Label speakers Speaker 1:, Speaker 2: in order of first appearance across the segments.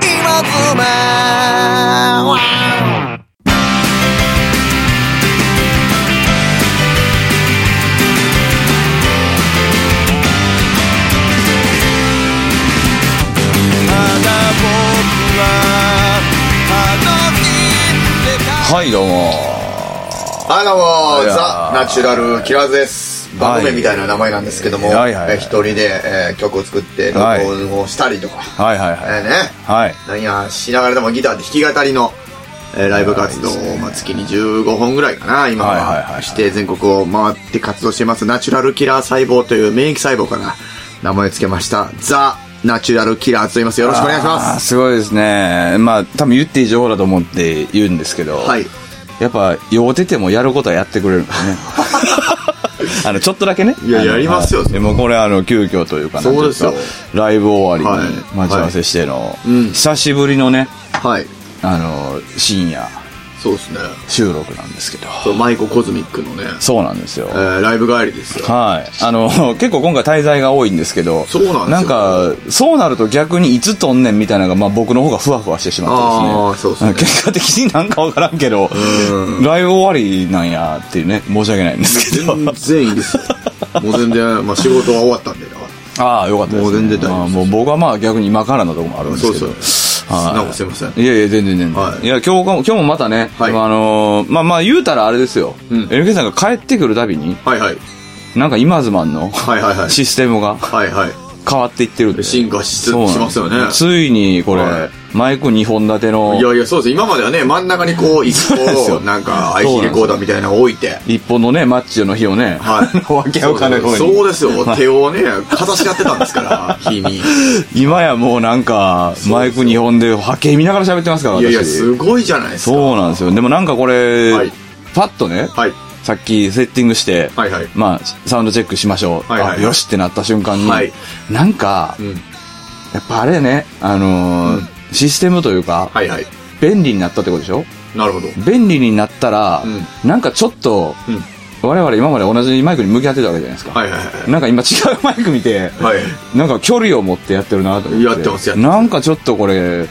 Speaker 1: 妻
Speaker 2: はい、どうも。
Speaker 3: はい、どう
Speaker 2: いや
Speaker 3: も、
Speaker 2: ー
Speaker 3: ザ・ナチュラル・キラーズです。番組みたいな名前なんですけども、
Speaker 2: は
Speaker 3: え
Speaker 2: いはいはい
Speaker 3: ー一人でえー曲を作って、
Speaker 2: はい
Speaker 3: 録音をしたりとか、
Speaker 2: はいはい
Speaker 3: え
Speaker 2: はい。
Speaker 3: ーね、
Speaker 2: はい。
Speaker 3: 何やしながらでもギターで弾き語りの、えーライブ活動を、まあ、月に15本ぐらいかな、今
Speaker 2: はいはいはいは
Speaker 3: は。
Speaker 2: い
Speaker 3: して、全国を回って活動しています、ナチュラル・キラー細胞という免疫細胞から名前を付けました、ザ・ナチュラル・キラーズと言います。よろしくお願いし
Speaker 2: あ
Speaker 3: ま
Speaker 2: ー
Speaker 3: す。
Speaker 2: すごいですね。まあ、多分言っていい情報だと思って言うんですけど、
Speaker 3: はい。
Speaker 2: やっぱ、酔うててもやることはやってくれるんです ね。あの、ちょっとだけね。
Speaker 3: いや
Speaker 2: あの
Speaker 3: やりますよ
Speaker 2: はいでもうこれ、あの、急遽というか、
Speaker 3: そうです
Speaker 2: な
Speaker 3: よ
Speaker 2: んていかライブ終わりに
Speaker 3: はい
Speaker 2: 待ち合わせしての、
Speaker 3: うん
Speaker 2: 久しぶりのね、
Speaker 3: はい。
Speaker 2: あの、深夜
Speaker 3: そうですね。
Speaker 2: 収録なんですけど。
Speaker 3: そうマイコ・コズミックのね、
Speaker 2: そうなんですよ
Speaker 3: え。ーライブ帰りですよ。
Speaker 2: はい。あの、 結構今回滞在が多いんですけど、
Speaker 3: そうなんですよ
Speaker 2: なんか、そうなると逆にいつとんねんみたいなのが、まあ僕の方がふわふわしてしま
Speaker 3: あ
Speaker 2: っ
Speaker 3: あ
Speaker 2: て
Speaker 3: そう
Speaker 2: で
Speaker 3: ですす
Speaker 2: ね。
Speaker 3: ね
Speaker 2: 結果的になんかわからんけど、ライブ終わりなんやっていうね、申し訳ないんですけど。
Speaker 3: 全然いいですよもう全然、まあ、仕事は終わったんでだか
Speaker 2: ああ、よかったです、ね。
Speaker 3: もう全然大丈夫です
Speaker 2: まあもう僕はまあ逆に今からのとこもあるん
Speaker 3: ら
Speaker 2: です
Speaker 3: そう
Speaker 2: け
Speaker 3: そ
Speaker 2: ど
Speaker 3: う。なんかすいません
Speaker 2: いやいや、全然全然。
Speaker 3: はい
Speaker 2: い、や、今日かも、今日もまたね、
Speaker 3: はい
Speaker 2: あのーまあまあ言うたらあれですよ。
Speaker 3: うん
Speaker 2: NK さんが帰ってくるたびに、
Speaker 3: はいはい
Speaker 2: なんか今ズマンの、
Speaker 3: はいはいはい
Speaker 2: システムが
Speaker 3: はいはい
Speaker 2: 変わっていってるんで。
Speaker 3: 進化しし
Speaker 2: そうなんです
Speaker 3: ますよね
Speaker 2: ついにこれ、
Speaker 3: はい
Speaker 2: マイク2本立て
Speaker 3: い
Speaker 2: の
Speaker 3: やいやそうです今まではね真ん中にこう一
Speaker 2: そうなんですよ
Speaker 3: 個なんか IC レコーダーみたいなのを置いて
Speaker 2: 一本のねマッチの火をね、
Speaker 3: はい
Speaker 2: わけわかんない
Speaker 3: そう
Speaker 2: 方
Speaker 3: そう
Speaker 2: に
Speaker 3: そうですよ手をねかざし合ってたんですから 日に
Speaker 2: 今やもうなんかマイク2本で波形見ながら喋ってますから私
Speaker 3: いやいやすごいじゃないですか
Speaker 2: そうなんですよでもなんかこれ、
Speaker 3: はい
Speaker 2: パッとね、
Speaker 3: はい
Speaker 2: さっきセッティングして、
Speaker 3: はいはい
Speaker 2: まあサウンドチェックしましょう、
Speaker 3: はいはい
Speaker 2: あよしってなった瞬間に、
Speaker 3: はい
Speaker 2: なんか、
Speaker 3: うん
Speaker 2: やっぱあれねあのーシステムというか、
Speaker 3: はいはい
Speaker 2: 便利になったってことでしょ
Speaker 3: なるほど
Speaker 2: 便利になったら、
Speaker 3: うん
Speaker 2: なんかちょっと、
Speaker 3: うん
Speaker 2: 我々今まで同じマイクに向き合ってたわけじゃないですか、
Speaker 3: はいはいは
Speaker 2: なんか今違うマイク見て、
Speaker 3: いはい
Speaker 2: なんか距離を持ってやってるなと思って
Speaker 3: やってますやってま
Speaker 2: なんかちょっとこれ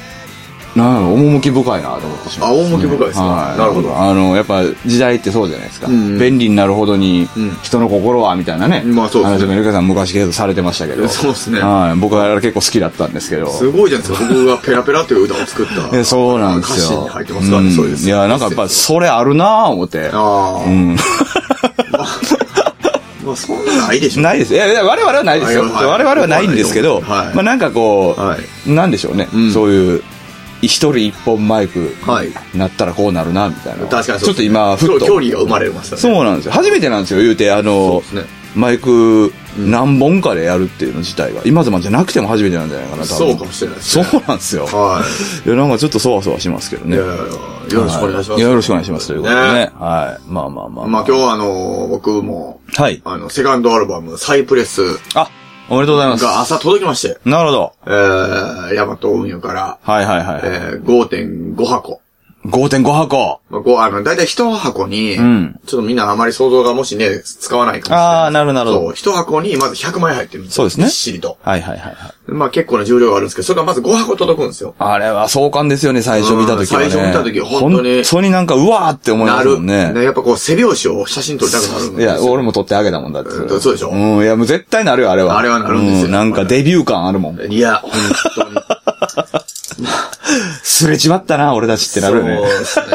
Speaker 2: なんやろ趣深いなと思ってしま
Speaker 3: あ
Speaker 2: う
Speaker 3: 大向き深いです
Speaker 2: は
Speaker 3: か
Speaker 2: い、
Speaker 3: なるほど
Speaker 2: あのやっぱ時代ってそうじゃないですか、
Speaker 3: うんうん
Speaker 2: 便利になるほどに
Speaker 3: うん
Speaker 2: 人の心はみたいなね、
Speaker 3: まあそうです
Speaker 2: 話
Speaker 3: ね
Speaker 2: もゆかさん昔けどされてましたけど
Speaker 3: そうですね
Speaker 2: はい、僕はあれ結構好きだったんですけど
Speaker 3: すごいじゃないですか僕が「ペラペラ」という歌を作った
Speaker 2: えそうなんですよ
Speaker 3: 歌詞に入ってますからね
Speaker 2: うん
Speaker 3: そういう
Speaker 2: いやなんかやっぱそれあるなぁ思って
Speaker 3: ああ、
Speaker 2: ん
Speaker 3: まあ、そんなないでしょ。
Speaker 2: ないです。いや、いや我々はないですよ。
Speaker 3: はいはい
Speaker 2: 我々はないんですけど、
Speaker 3: はい
Speaker 2: まあなんかこう、
Speaker 3: は
Speaker 2: なんでしょうね、
Speaker 3: うん
Speaker 2: そういう、一人一本マイク
Speaker 3: はい
Speaker 2: なったらこうなるな、みたいな。
Speaker 3: 確かにそうですね
Speaker 2: ちょっと今、ふっと。
Speaker 3: 距離が生まれましたね。
Speaker 2: そうなんですよ。初めてなんですよ、言うて、あの、
Speaker 3: そうですね
Speaker 2: マイク何本かでやるっていうの自体が、今妻じゃなくても初めてなんじゃないかな、多分
Speaker 3: そうかもしれないですね
Speaker 2: そうなんですよ。
Speaker 3: はい
Speaker 2: や、なんかちょっとそわそわしますけど
Speaker 3: い。い
Speaker 2: ね。
Speaker 3: やいやいやよろしくお願いしま
Speaker 2: は
Speaker 3: す。
Speaker 2: よろしくお願いします。ということでね。
Speaker 3: ね
Speaker 2: はい。まあまあまあ。
Speaker 3: まあ今日はあの、僕も、
Speaker 2: はい。
Speaker 3: あの、セカンドアルバム、サイプレス
Speaker 2: あ、おめでとうございます。
Speaker 3: が朝届きまして、
Speaker 2: なるほど。
Speaker 3: えー、ヤマト運輸から、
Speaker 2: はいはいはい。
Speaker 3: えー、5.5箱。
Speaker 2: 5.5箱。
Speaker 3: まあ、こう、あの、だいたい一箱に、
Speaker 2: ん
Speaker 3: ちょっとみんなあまり想像がもしね、使わないかもしれない。
Speaker 2: あーなるほどなるほど
Speaker 3: そう、一箱にまず100枚入ってるんですよ
Speaker 2: そうですね
Speaker 3: ぎっしりと。
Speaker 2: はいはいはいはい。
Speaker 3: まあ結構な重量があるんですけど、それがまず5箱届くんですよ。
Speaker 2: あれは壮観ですよね、最初見た時は、ね
Speaker 3: うん最初見た時本当に
Speaker 2: 本当になんか、うわーって思いま
Speaker 3: な
Speaker 2: すも
Speaker 3: る。
Speaker 2: んね。
Speaker 3: やっぱこう、背拍子を写真撮りたくなるん
Speaker 2: い
Speaker 3: ですよ。
Speaker 2: や、俺も撮ってあげたもんだって。
Speaker 3: うんそうでしょ
Speaker 2: うん、いや、もう絶対なるよ、あれは。
Speaker 3: あれはなるんですよ
Speaker 2: うなんかデビュー感あるもん。
Speaker 3: いや、本当に。
Speaker 2: すれちまったな、俺たちってなるよね。
Speaker 3: そうですね。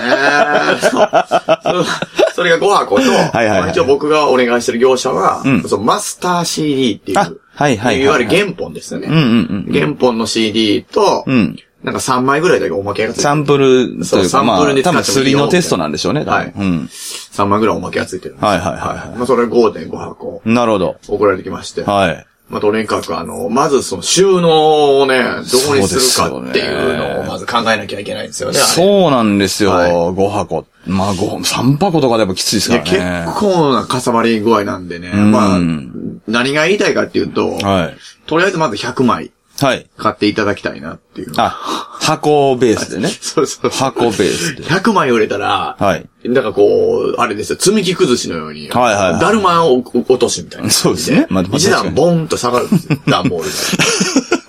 Speaker 3: そうそそれが5箱と、
Speaker 2: いはい
Speaker 3: まあ一応僕がお願いしてる業者は、
Speaker 2: ん
Speaker 3: そのマスター CD っていう、
Speaker 2: あはいはいはいはい
Speaker 3: わゆる原本ですよね。
Speaker 2: うんうん
Speaker 3: 原本の CD と、
Speaker 2: うん。うん。
Speaker 3: なんか3枚ぐらいだけおまけがついて
Speaker 2: サン
Speaker 3: る。
Speaker 2: プルと
Speaker 3: そ
Speaker 2: いううか、ま
Speaker 3: サン
Speaker 2: あ、
Speaker 3: プルで使
Speaker 2: 多
Speaker 3: ってもい
Speaker 2: 分スリ
Speaker 3: いよ
Speaker 2: ーのテストなんでしょうね、多分
Speaker 3: はい3枚ぐらいおまけがついてるんですよ。
Speaker 2: はいはいはいはい
Speaker 3: まあそれ5.5箱
Speaker 2: うん。なるほど。
Speaker 3: 送られてきまして。
Speaker 2: はい。
Speaker 3: まあ、とにかく、あの、まずその収納をね、どこにするか
Speaker 2: そ
Speaker 3: っていう
Speaker 2: うです
Speaker 3: の
Speaker 2: よ
Speaker 3: を
Speaker 2: ね
Speaker 3: まず考えなきゃいけないんですよね。あれ
Speaker 2: そうなんですよ、
Speaker 3: はい
Speaker 2: 5箱。まあ、5、3箱とかでもきついです
Speaker 3: い
Speaker 2: か
Speaker 3: や、
Speaker 2: らね。
Speaker 3: 結構なかさばり具合なんでね。
Speaker 2: ん
Speaker 3: まあ、何が言いたいかっていうと、
Speaker 2: はい。
Speaker 3: とりあえずまず100枚
Speaker 2: はい。
Speaker 3: 買っていただきたいなっていう。
Speaker 2: あ、箱ベースでね。
Speaker 3: そうそう。
Speaker 2: 箱ベースで。
Speaker 3: 100枚売れたら、
Speaker 2: はい。
Speaker 3: なんかこう、あれですよ、積み木崩しのように、
Speaker 2: はいはいはい
Speaker 3: だるまを落としみたいな。
Speaker 2: そうですねまあまあ
Speaker 3: 一
Speaker 2: 確か
Speaker 3: 段
Speaker 2: に
Speaker 3: ボンと下がるんですよ、段ボール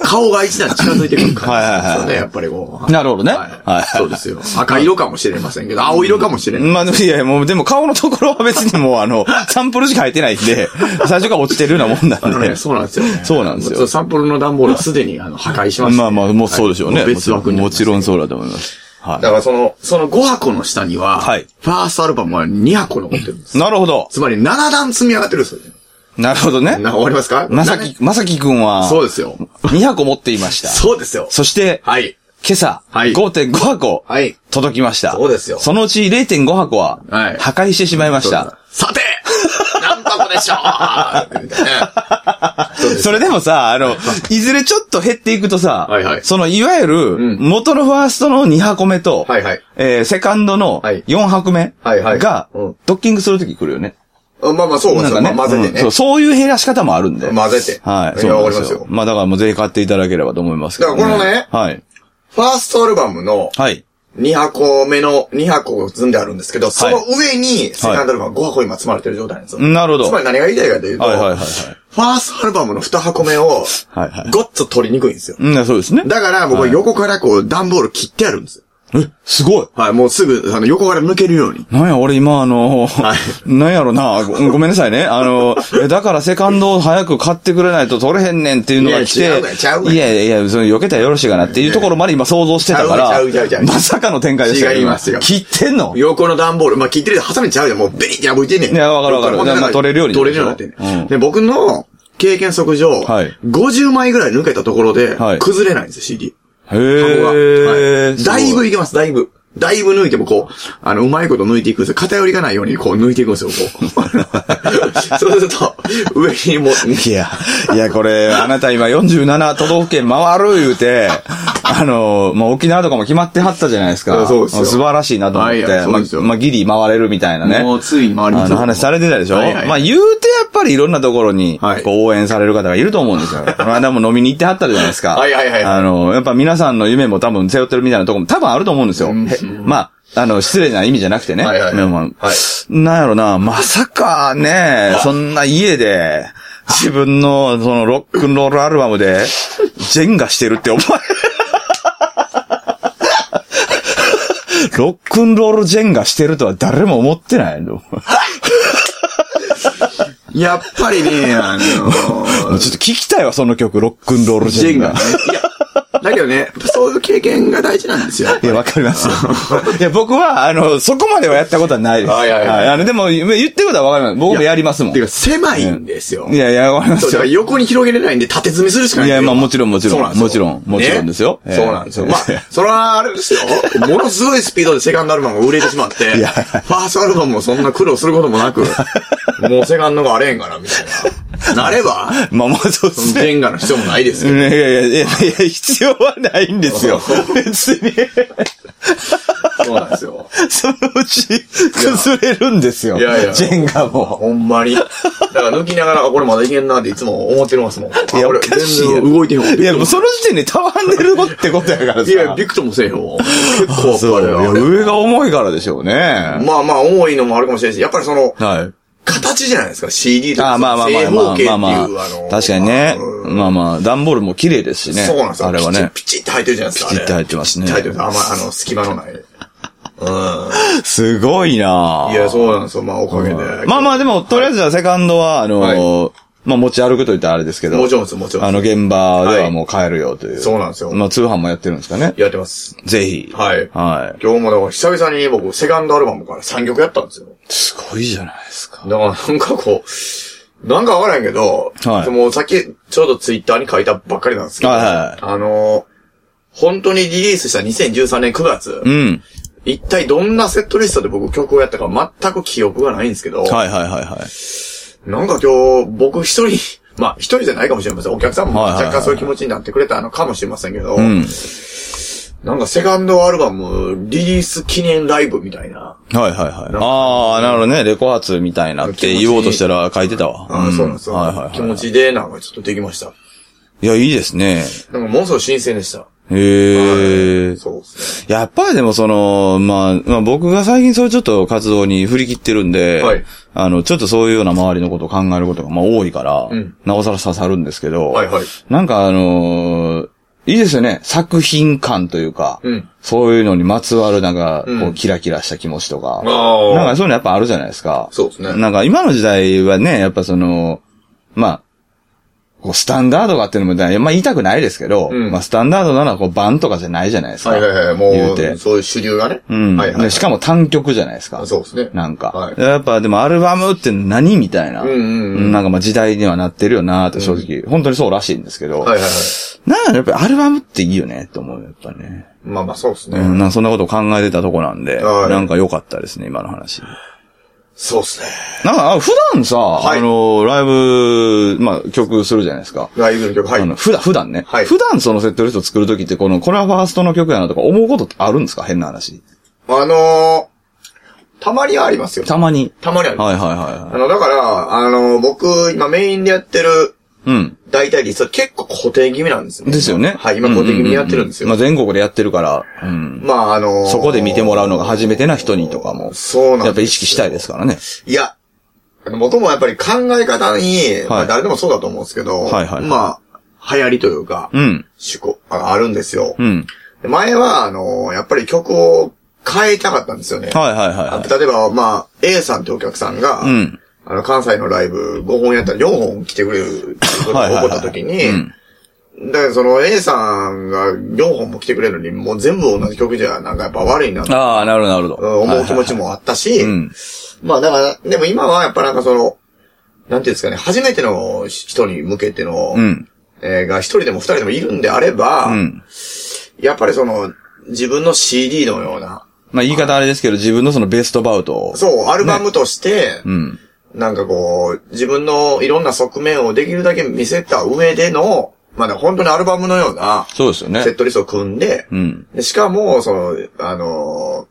Speaker 3: 顔が一段近づいてくる
Speaker 2: はいはい
Speaker 3: 感じです
Speaker 2: はい
Speaker 3: よね、やっぱりこう。
Speaker 2: なるほどね
Speaker 3: はい
Speaker 2: はい
Speaker 3: そうですよ。赤色かもしれませんけど、青色かもしれない。
Speaker 2: まあ、いやいや、もう、でも顔のところは別にもう、あ の、サンプルしか入ってないんで、最初から落ちてるようなもん
Speaker 3: あ
Speaker 2: なん
Speaker 3: の
Speaker 2: で
Speaker 3: ね、。 そうなんですよ、ね。
Speaker 2: そうなんですよ
Speaker 3: サンプルの段ボールはすでにあの破壊しました、
Speaker 2: まあまあ、もうそうでしょうね。
Speaker 3: はいもう別枠にな
Speaker 2: も
Speaker 3: りま
Speaker 2: ち
Speaker 3: す
Speaker 2: ろんそうだと思います。は
Speaker 3: だからその、その5箱の下には、
Speaker 2: はい
Speaker 3: ファーストアルバムは2箱残ってるんです。
Speaker 2: い。なるほど。
Speaker 3: つまり7段積み上がってるんですよね。
Speaker 2: なるほどね。
Speaker 3: な、わかりますか
Speaker 2: まさき、まさきくんは、
Speaker 3: そうですよ。
Speaker 2: 200個持っていました。
Speaker 3: そうですよ。
Speaker 2: そして、
Speaker 3: はい。
Speaker 2: 今朝、
Speaker 3: はい
Speaker 2: 5.5箱、
Speaker 3: はい
Speaker 2: 届きました。
Speaker 3: そうですよ
Speaker 2: そのうち0.5箱は、
Speaker 3: はい
Speaker 2: 破壊してしまいました。
Speaker 3: さて 何箱でしょうみたいなそうです
Speaker 2: それでもさ、あの、いずれちょっと減っていくとさ、
Speaker 3: はいはい
Speaker 2: その、いわゆる、元のファーストの2箱目と、
Speaker 3: はいはい
Speaker 2: えーセカンドの
Speaker 3: はい
Speaker 2: 4箱目
Speaker 3: はいはい
Speaker 2: が
Speaker 3: うん、
Speaker 2: ドッキングするとき来るよね。
Speaker 3: あまあまあ、そうですよ。
Speaker 2: なんかね。
Speaker 3: まあ混ぜ
Speaker 2: う
Speaker 3: て
Speaker 2: ん
Speaker 3: ね。
Speaker 2: そうそういう減らし方もあるんで。
Speaker 3: 混ぜて
Speaker 2: はい。
Speaker 3: いや
Speaker 2: なん
Speaker 3: わかりますよ
Speaker 2: まあだからもうぜひ買っていただければと思いますけど、
Speaker 3: だからこのね
Speaker 2: はい。
Speaker 3: ファーストアルバムの
Speaker 2: はい。
Speaker 3: 2箱目の2箱を積んであるんですけど、その上にセカンドアルバム5箱今積まれてる状態なんですよ。
Speaker 2: なるほど。
Speaker 3: つまり何が言いたいかというと、
Speaker 2: はいはいはいはい
Speaker 3: ファーストアルバムの2箱目を
Speaker 2: はいはい、
Speaker 3: ごっつ取りにくいんですよ。
Speaker 2: うん、そうですね。
Speaker 3: だから僕は横からこう段ボール切ってあるんですよ。
Speaker 2: え、すごい
Speaker 3: はい、もうすぐ、あの、横から抜けるように。
Speaker 2: なんや、俺今あの、
Speaker 3: い
Speaker 2: なんやろなご、ごめんなさいね。あの、えだからセカンドを早く買ってくれないと取れへんねんっていうのが来て、
Speaker 3: いや違うねちゃうね
Speaker 2: いやいやいや、その避けたらよろしいかなっていうところまで今想像してたから、
Speaker 3: ちゃうちゃうちゃうちゃ
Speaker 2: ま
Speaker 3: う
Speaker 2: さかの展開でしたよ
Speaker 3: 違いますよ
Speaker 2: 切ってんの
Speaker 3: 横の段ボール、まあ、切ってる挟めちゃうよ。もう、ベリって破いてんねん。
Speaker 2: いやわかるわかる
Speaker 3: 横から
Speaker 2: まあ取れるようになる
Speaker 3: 取
Speaker 2: でし
Speaker 3: れる
Speaker 2: ょ
Speaker 3: ようになってんねんで、僕の経験則上、
Speaker 2: はい
Speaker 3: 50枚ぐらい抜けたところで
Speaker 2: はい、
Speaker 3: 崩れないんですよ、CD。
Speaker 2: へ
Speaker 3: 箱が。は
Speaker 2: え、
Speaker 3: いだいぶいけます、だいぶ。だいぶ抜いてもこう、あの、うまいこと抜いていくんですよ。偏りがないようにこう抜いていくんですよ、 こう。そうすると、上にもう、
Speaker 2: いや、いや、これ、あなた今47都道府県回る言うて、あの、まあ、沖縄とかも決まってはったじゃないですか。
Speaker 3: そうですよ
Speaker 2: 素晴らしいなと思っ
Speaker 3: はい
Speaker 2: て、
Speaker 3: はいそう
Speaker 2: ま
Speaker 3: ですよ
Speaker 2: あ、まあ、ギリ回れるみたいなね。
Speaker 3: もうついに回りま
Speaker 2: あ
Speaker 3: す
Speaker 2: の話されてたでしょ、
Speaker 3: はいはい
Speaker 2: まあ言うてやっぱりいろんなところに、こ
Speaker 3: はいう
Speaker 2: 応援される方がいると思うんです よ。この間も飲みに行ってはったじゃないですか。
Speaker 3: はいはいはいはい
Speaker 2: あの、やっぱ皆さんの夢も多分背負ってるみたいなところも多分あると思うんですよ。へまあ、あの、失礼な意味じゃなくてね。
Speaker 3: はいはいはい
Speaker 2: でも
Speaker 3: はい
Speaker 2: なんやろな、まさかね、そんな家で、自分の、その、ロックンロールアルバムで、ジェンガしてるって思わ れロックンロールジェンガしてるとは誰も思ってないの。
Speaker 3: やっぱりね、あの
Speaker 2: もうちょっと聞きたいわ、その曲、ロックンロール
Speaker 3: ジ
Speaker 2: ジ
Speaker 3: ェ
Speaker 2: ェ
Speaker 3: ン
Speaker 2: ン
Speaker 3: ガ
Speaker 2: ガ
Speaker 3: ね。。いや、だけどね、そういう経験が大事なんですよ。
Speaker 2: いや、わかりますよ。いや、僕は、あの、そこまではやったことはないです。
Speaker 3: はいはいはい
Speaker 2: あの、でも、言ってることはわかります。僕もやりますもん。
Speaker 3: て
Speaker 2: い
Speaker 3: か、狭いんですよ。
Speaker 2: や、いや、わかりま
Speaker 3: そう、
Speaker 2: す
Speaker 3: だ
Speaker 2: よ
Speaker 3: から。横に広げれないんで縦積みするしかない
Speaker 2: い
Speaker 3: んだ
Speaker 2: や、
Speaker 3: よ
Speaker 2: まあ、もちろん、もちろ
Speaker 3: そ
Speaker 2: ん
Speaker 3: うな。ですよ
Speaker 2: もちろん、もちろんですよ。
Speaker 3: ね
Speaker 2: ええ、
Speaker 3: そうなんですよ。まあそれはあれですよ。ものすごいスピードでセカンドアルバムが売れてし まって、フ
Speaker 2: や
Speaker 3: ァーストアルバムもそんな苦労することも なく、もうセカンドがあれへんから、みたいな。なれば、
Speaker 2: まあ、まあ、そうです
Speaker 3: ジ
Speaker 2: ね。
Speaker 3: ェンガの必要もないで す
Speaker 2: い
Speaker 3: よ。
Speaker 2: やいやいやいや、必要はないんですよ。別に、
Speaker 3: そうなんですよ。
Speaker 2: そのうち、崩れるんですよ。
Speaker 3: いやいや
Speaker 2: ジェンガも。
Speaker 3: ほんまに。だから抜きながら、あこれまだいけんなっていつも思ってますもん。い
Speaker 2: いや、お
Speaker 3: 俺
Speaker 2: かしい
Speaker 3: 全
Speaker 2: や
Speaker 3: 然動いてへんわ。
Speaker 2: いや、もうその時点でたわんでるってことやからさ。
Speaker 3: いや、びくと もせえへんわ。結構やっぱり
Speaker 2: そう。いや、
Speaker 3: あれ
Speaker 2: 上が重いからでしょうね。
Speaker 3: まあまあ、重いのもあるかもしれないし、やっぱりその、
Speaker 2: はい。
Speaker 3: 形じゃないですか、CD と
Speaker 2: あ
Speaker 3: か。
Speaker 2: あ、まあまあまあ
Speaker 3: 正
Speaker 2: ま
Speaker 3: 方形っていう
Speaker 2: あまあま
Speaker 3: あの
Speaker 2: あ。確かにね。
Speaker 3: うん
Speaker 2: まあまあ、段ボールも綺麗ですしね。
Speaker 3: そうなんですよ。
Speaker 2: あれはね。
Speaker 3: ピチッピチッて入ってるじゃないですか。
Speaker 2: ピチッて入ってますね
Speaker 3: あれピチッて入ってる。あんま、あの、隙間のない。う。
Speaker 2: すごいなんぁ
Speaker 3: いや、そうなんですよ。まあ、おかげで。
Speaker 2: まあまあ、でも、とりあえずはセカンドは、あのー、まあ持ち歩くといったらあれですけど。
Speaker 3: もちろんですもちろんです
Speaker 2: あの、現場ではもう帰るよという。
Speaker 3: そうなんですよ
Speaker 2: まあ通販もやってるんですかね。
Speaker 3: やってます。
Speaker 2: ぜひ。
Speaker 3: はい
Speaker 2: はい。
Speaker 3: 今日もだから久々に僕、セカンドアルバムから3曲やったんですよ。
Speaker 2: すごいじゃないですか。
Speaker 3: だからなんかこう、なんかわからんけど、
Speaker 2: はい
Speaker 3: もうさっきちょうどツイッターに書いたばっかりなんですけど、
Speaker 2: はいはい
Speaker 3: あの、本当にリリースした2013年9月、
Speaker 2: うん。
Speaker 3: 一体どんなセットリストで僕曲をやったか全く記憶がないんですけど、
Speaker 2: はいはいはいはい。
Speaker 3: なんか今日僕一人、 まあ一人じゃないかもしれません。お客さんも
Speaker 2: はいはいはい
Speaker 3: 若干そういう気持ちになってくれたのかもしれませんけど、
Speaker 2: うん。
Speaker 3: なんかセカンドアルバムリリース記念ライブみたいな、
Speaker 2: はいはいはい。ああ、なるほどね。レコ発みたいなって言おうとしたら書いてたわ。
Speaker 3: あそうなんですよ、
Speaker 2: はいはい
Speaker 3: 気
Speaker 2: は
Speaker 3: 持ちでなんかちょっとできました。
Speaker 2: い。いや、いいですね。
Speaker 3: なんかものすごい新鮮でした。
Speaker 2: へえ。
Speaker 3: そうですね。
Speaker 2: やっぱりでもその、まあ、まあ僕が最近そういうちょっと活動に振り切ってるんで、
Speaker 3: はい
Speaker 2: あの、ちょっとそういうような周りのことを考えることがまあ多いから、
Speaker 3: ん
Speaker 2: なおさら刺さるんですけど、
Speaker 3: はいはい。
Speaker 2: なんかあのーいいですよね。作品感というか、
Speaker 3: うん
Speaker 2: そういうのにまつわるなんか、こ
Speaker 3: う
Speaker 2: う、
Speaker 3: ん
Speaker 2: キラキラした気持ちとか、
Speaker 3: ああ
Speaker 2: なんかそういうのやっぱあるじゃないですか。
Speaker 3: そうですね。
Speaker 2: なんか今の時代はね、やっぱその、まあ、こうスタンダードがっていうのもだい、まあ言いたくないですけど、
Speaker 3: うん
Speaker 2: まあスタンダードなのはこう版とかじゃないじゃないですか。
Speaker 3: はいはいは
Speaker 2: 言
Speaker 3: い。も
Speaker 2: うて
Speaker 3: う、そういう主流がね。
Speaker 2: うん、
Speaker 3: はいはいは
Speaker 2: で
Speaker 3: い。
Speaker 2: しかも単曲じゃないですか。
Speaker 3: そうですね。
Speaker 2: なんか、
Speaker 3: はい
Speaker 2: やっぱでもアルバムって何みたいな。
Speaker 3: うんうんうん
Speaker 2: なんかまあ時代にはなってるよなと正直、本当にそうらしいんですけど。
Speaker 3: はいはいはい。
Speaker 2: なんかやっぱアルバムっていいよねって思うよ、やっぱね。
Speaker 3: まあまあそうですね。
Speaker 2: うん、なんかそんなことを考えてたとこなんで、
Speaker 3: はい
Speaker 2: なんか良かったですね、今の話。
Speaker 3: そうですね。
Speaker 2: なんか、あ普段さ、
Speaker 3: い
Speaker 2: あの、ライブ、まあ、曲するじゃないですか。
Speaker 3: ライブの曲、はい
Speaker 2: あ。の、普段、普段ね。
Speaker 3: はい
Speaker 2: 普段そのセットリスト作るときって、この、これはファーストの曲やなとか思うことってあるんですか変な話。
Speaker 3: あのー、たまにはありますよ。
Speaker 2: たまに。
Speaker 3: たまにあります。
Speaker 2: はいはいはいは
Speaker 3: あの、だから、あのー、僕、今メインでやってる、
Speaker 2: い。うん。
Speaker 3: 大体実は結構固定気味なんですね。
Speaker 2: ですよね。
Speaker 3: はい、今
Speaker 2: うんうん
Speaker 3: 固
Speaker 2: うんうん
Speaker 3: 定気味にやってるんですよ。
Speaker 2: まあ、全国でやってるから、うん。
Speaker 3: まあ、あのー、
Speaker 2: そこで見てもらうのが初めてな人にとかも、
Speaker 3: そうなん
Speaker 2: やっぱ意識したいですからね。
Speaker 3: いや、元もやっぱり考え方に、まあ誰でもそうだと思うんですけど、
Speaker 2: はいはい
Speaker 3: まあ、流行りというか、
Speaker 2: うん。
Speaker 3: 趣向があるんですよ。
Speaker 2: うん。
Speaker 3: で前は、あの、やっぱり曲を変えたかったんですよね。
Speaker 2: はいはいはいはい。
Speaker 3: あ例えば、まあ、A さんってお客さんが、
Speaker 2: うん。
Speaker 3: あの、関西のライブ5本やったら4本来てくれるっていうことが起こった時に、
Speaker 2: うん。
Speaker 3: で、その A さんが4本も来てくれるのに、もう全部同じ曲じゃなんかやっぱ悪いなと
Speaker 2: ああ、なるほどなるほ
Speaker 3: う
Speaker 2: ど。
Speaker 3: ん思う気持ち
Speaker 2: も。
Speaker 3: もあったし、
Speaker 2: うん。
Speaker 3: まあだから、でも今はやっぱなんかその、なんていうんですかね、初めての人に向けての、
Speaker 2: うん。
Speaker 3: えーが一人でも二人でもいるんであれば、
Speaker 2: うん。
Speaker 3: やっぱりその、自分の CD のような、
Speaker 2: まあ言い方あれですけど、自分のそのベストバウトを。
Speaker 3: そう、アルバムとして、
Speaker 2: うん。
Speaker 3: なんかこう、自分のいろんな側面をできるだけ見せた上での、まあだから本当にアルバムのような、
Speaker 2: そうですよね
Speaker 3: セ。ットリストを組んで、
Speaker 2: うん。
Speaker 3: でしかも、その、あの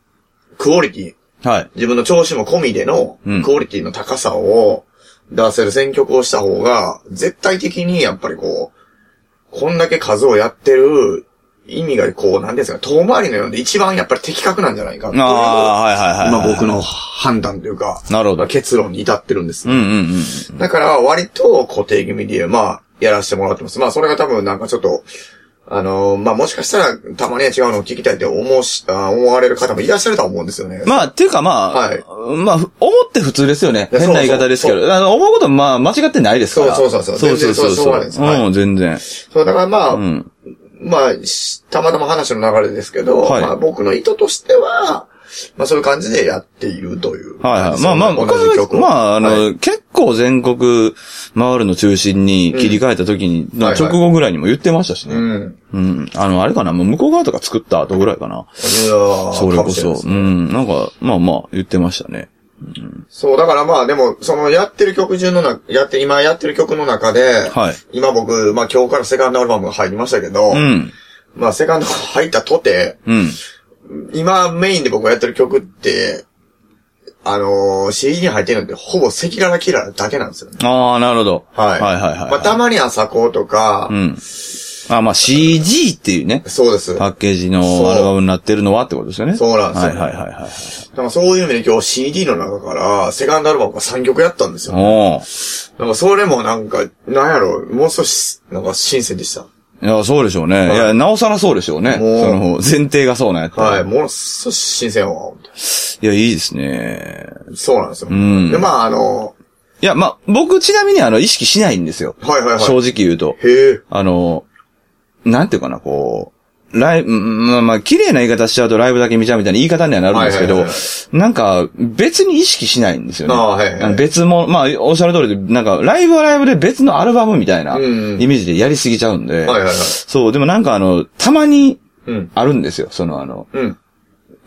Speaker 3: ークオリティ、
Speaker 2: はい。
Speaker 3: 自分の調子も込みでの
Speaker 2: うん、
Speaker 3: クオリティの高さを出せる選曲をした方が、絶対的にやっぱりこう、こんだけ数をやってる意味がこう、なんていうんですか、遠回りのようで一番やっぱり的確なんじゃないかっていう
Speaker 2: ああ、はいはいはい。
Speaker 3: 今僕。の判断というか、
Speaker 2: なるほど
Speaker 3: 結論に至ってるんです
Speaker 2: う。んうんうん。
Speaker 3: だから割と固定気味で、まあ、やらせてもらってます。まあ、それが多分なんかちょっと、あのーまあ、もしかしたら、たまには違うのを聞きたいって思うし、あー思われる方もいらっしゃるとは思うんですよね。
Speaker 2: まあ、っていうかまあ、
Speaker 3: はい
Speaker 2: まあ、ふ思って普通ですよね。
Speaker 3: いや
Speaker 2: 変な言い方ですけ
Speaker 3: そう
Speaker 2: ど。あの思うことはまあ、間違ってないですから。
Speaker 3: そうそうそう
Speaker 2: そ
Speaker 3: そうう
Speaker 2: そうそう
Speaker 3: 全然そうそうなんですはい
Speaker 2: うん、全然。
Speaker 3: そう、だからまあ、
Speaker 2: うん。
Speaker 3: まあ、したまたま話の流れですけど、
Speaker 2: はい
Speaker 3: まあ僕の意図としては、まあそういう感じでやっているという。
Speaker 2: はいはい。まあまあ、
Speaker 3: 同
Speaker 2: こ
Speaker 3: じ
Speaker 2: れは
Speaker 3: 曲を
Speaker 2: まあ、あの、
Speaker 3: はい
Speaker 2: 結構全国回るの中心に切り替えた時に、まあ
Speaker 3: はいはい
Speaker 2: 直後ぐらいにも言ってましたしね。
Speaker 3: うん。
Speaker 2: うん。あの、あれかな、もう向こう側とか作った後ぐらいかな。
Speaker 3: いやー
Speaker 2: それ
Speaker 3: か
Speaker 2: こ
Speaker 3: もしれない
Speaker 2: そ
Speaker 3: で。す
Speaker 2: うん。なんか、まあまあ、言ってましたね。
Speaker 3: そう、だからまあでも、そのやってる曲中のな、やって、今やってる曲の中で、
Speaker 2: はい
Speaker 3: 今僕、まあ今日からセカンドアルバムが入りましたけど、
Speaker 2: うん。
Speaker 3: まあセカンドが入ったとて、
Speaker 2: うん。
Speaker 3: 今メインで僕がやってる曲って、あのー、CD に入ってるのってほぼ赤裸々キラーだけなんですよね。
Speaker 2: ああ、なるほど。
Speaker 3: はい。
Speaker 2: はいはいはい。
Speaker 3: まあたまに朝こうとか、
Speaker 2: うん。あ、まあ CG っていうね、
Speaker 3: そうです。
Speaker 2: パッケージの
Speaker 3: そう
Speaker 2: アルバムになってるのはってことですよね。
Speaker 3: そうなんですよ
Speaker 2: はいはいはいはい。
Speaker 3: だからそういう意味で今日 CD の中から、セカンドアルバムが3曲やったんですよ。
Speaker 2: おー
Speaker 3: なんかそれもなんか、なんやろ、もう少し、なんか新鮮でした。
Speaker 2: いや、そうでしょうね。い、
Speaker 3: い
Speaker 2: や、なおさらそうでしょうね。そ
Speaker 3: もう
Speaker 2: の、前提がそうなんやったら
Speaker 3: はい、ものすごい新鮮は、本
Speaker 2: いや、いいですね。
Speaker 3: 当にそうなんですよ。
Speaker 2: ん
Speaker 3: で、まああの、
Speaker 2: いや、まあ、僕ちなみにあの、意識しないんですよ。
Speaker 3: はいはいはい。
Speaker 2: 正直言うと。
Speaker 3: へえ。
Speaker 2: あの、なんていうかな、こう、ライブ、うんまあまあ、綺麗な言い方しちゃうとライブだけ見ちゃうみたいな言い方にはなるんですけど、
Speaker 3: はいはいは
Speaker 2: なんか、別に意識しないんですよね。
Speaker 3: ああはいはい
Speaker 2: あの別も、まあ、おっしゃる通りで、なんか、ライブはライブで別のアルバムみたいな、イ
Speaker 3: うんうん
Speaker 2: メージでやりすぎちゃうんで、
Speaker 3: はいはいはい
Speaker 2: そう、でもなんかあの、たまに、
Speaker 3: うん。
Speaker 2: あるんですよ、そのあの、
Speaker 3: うん。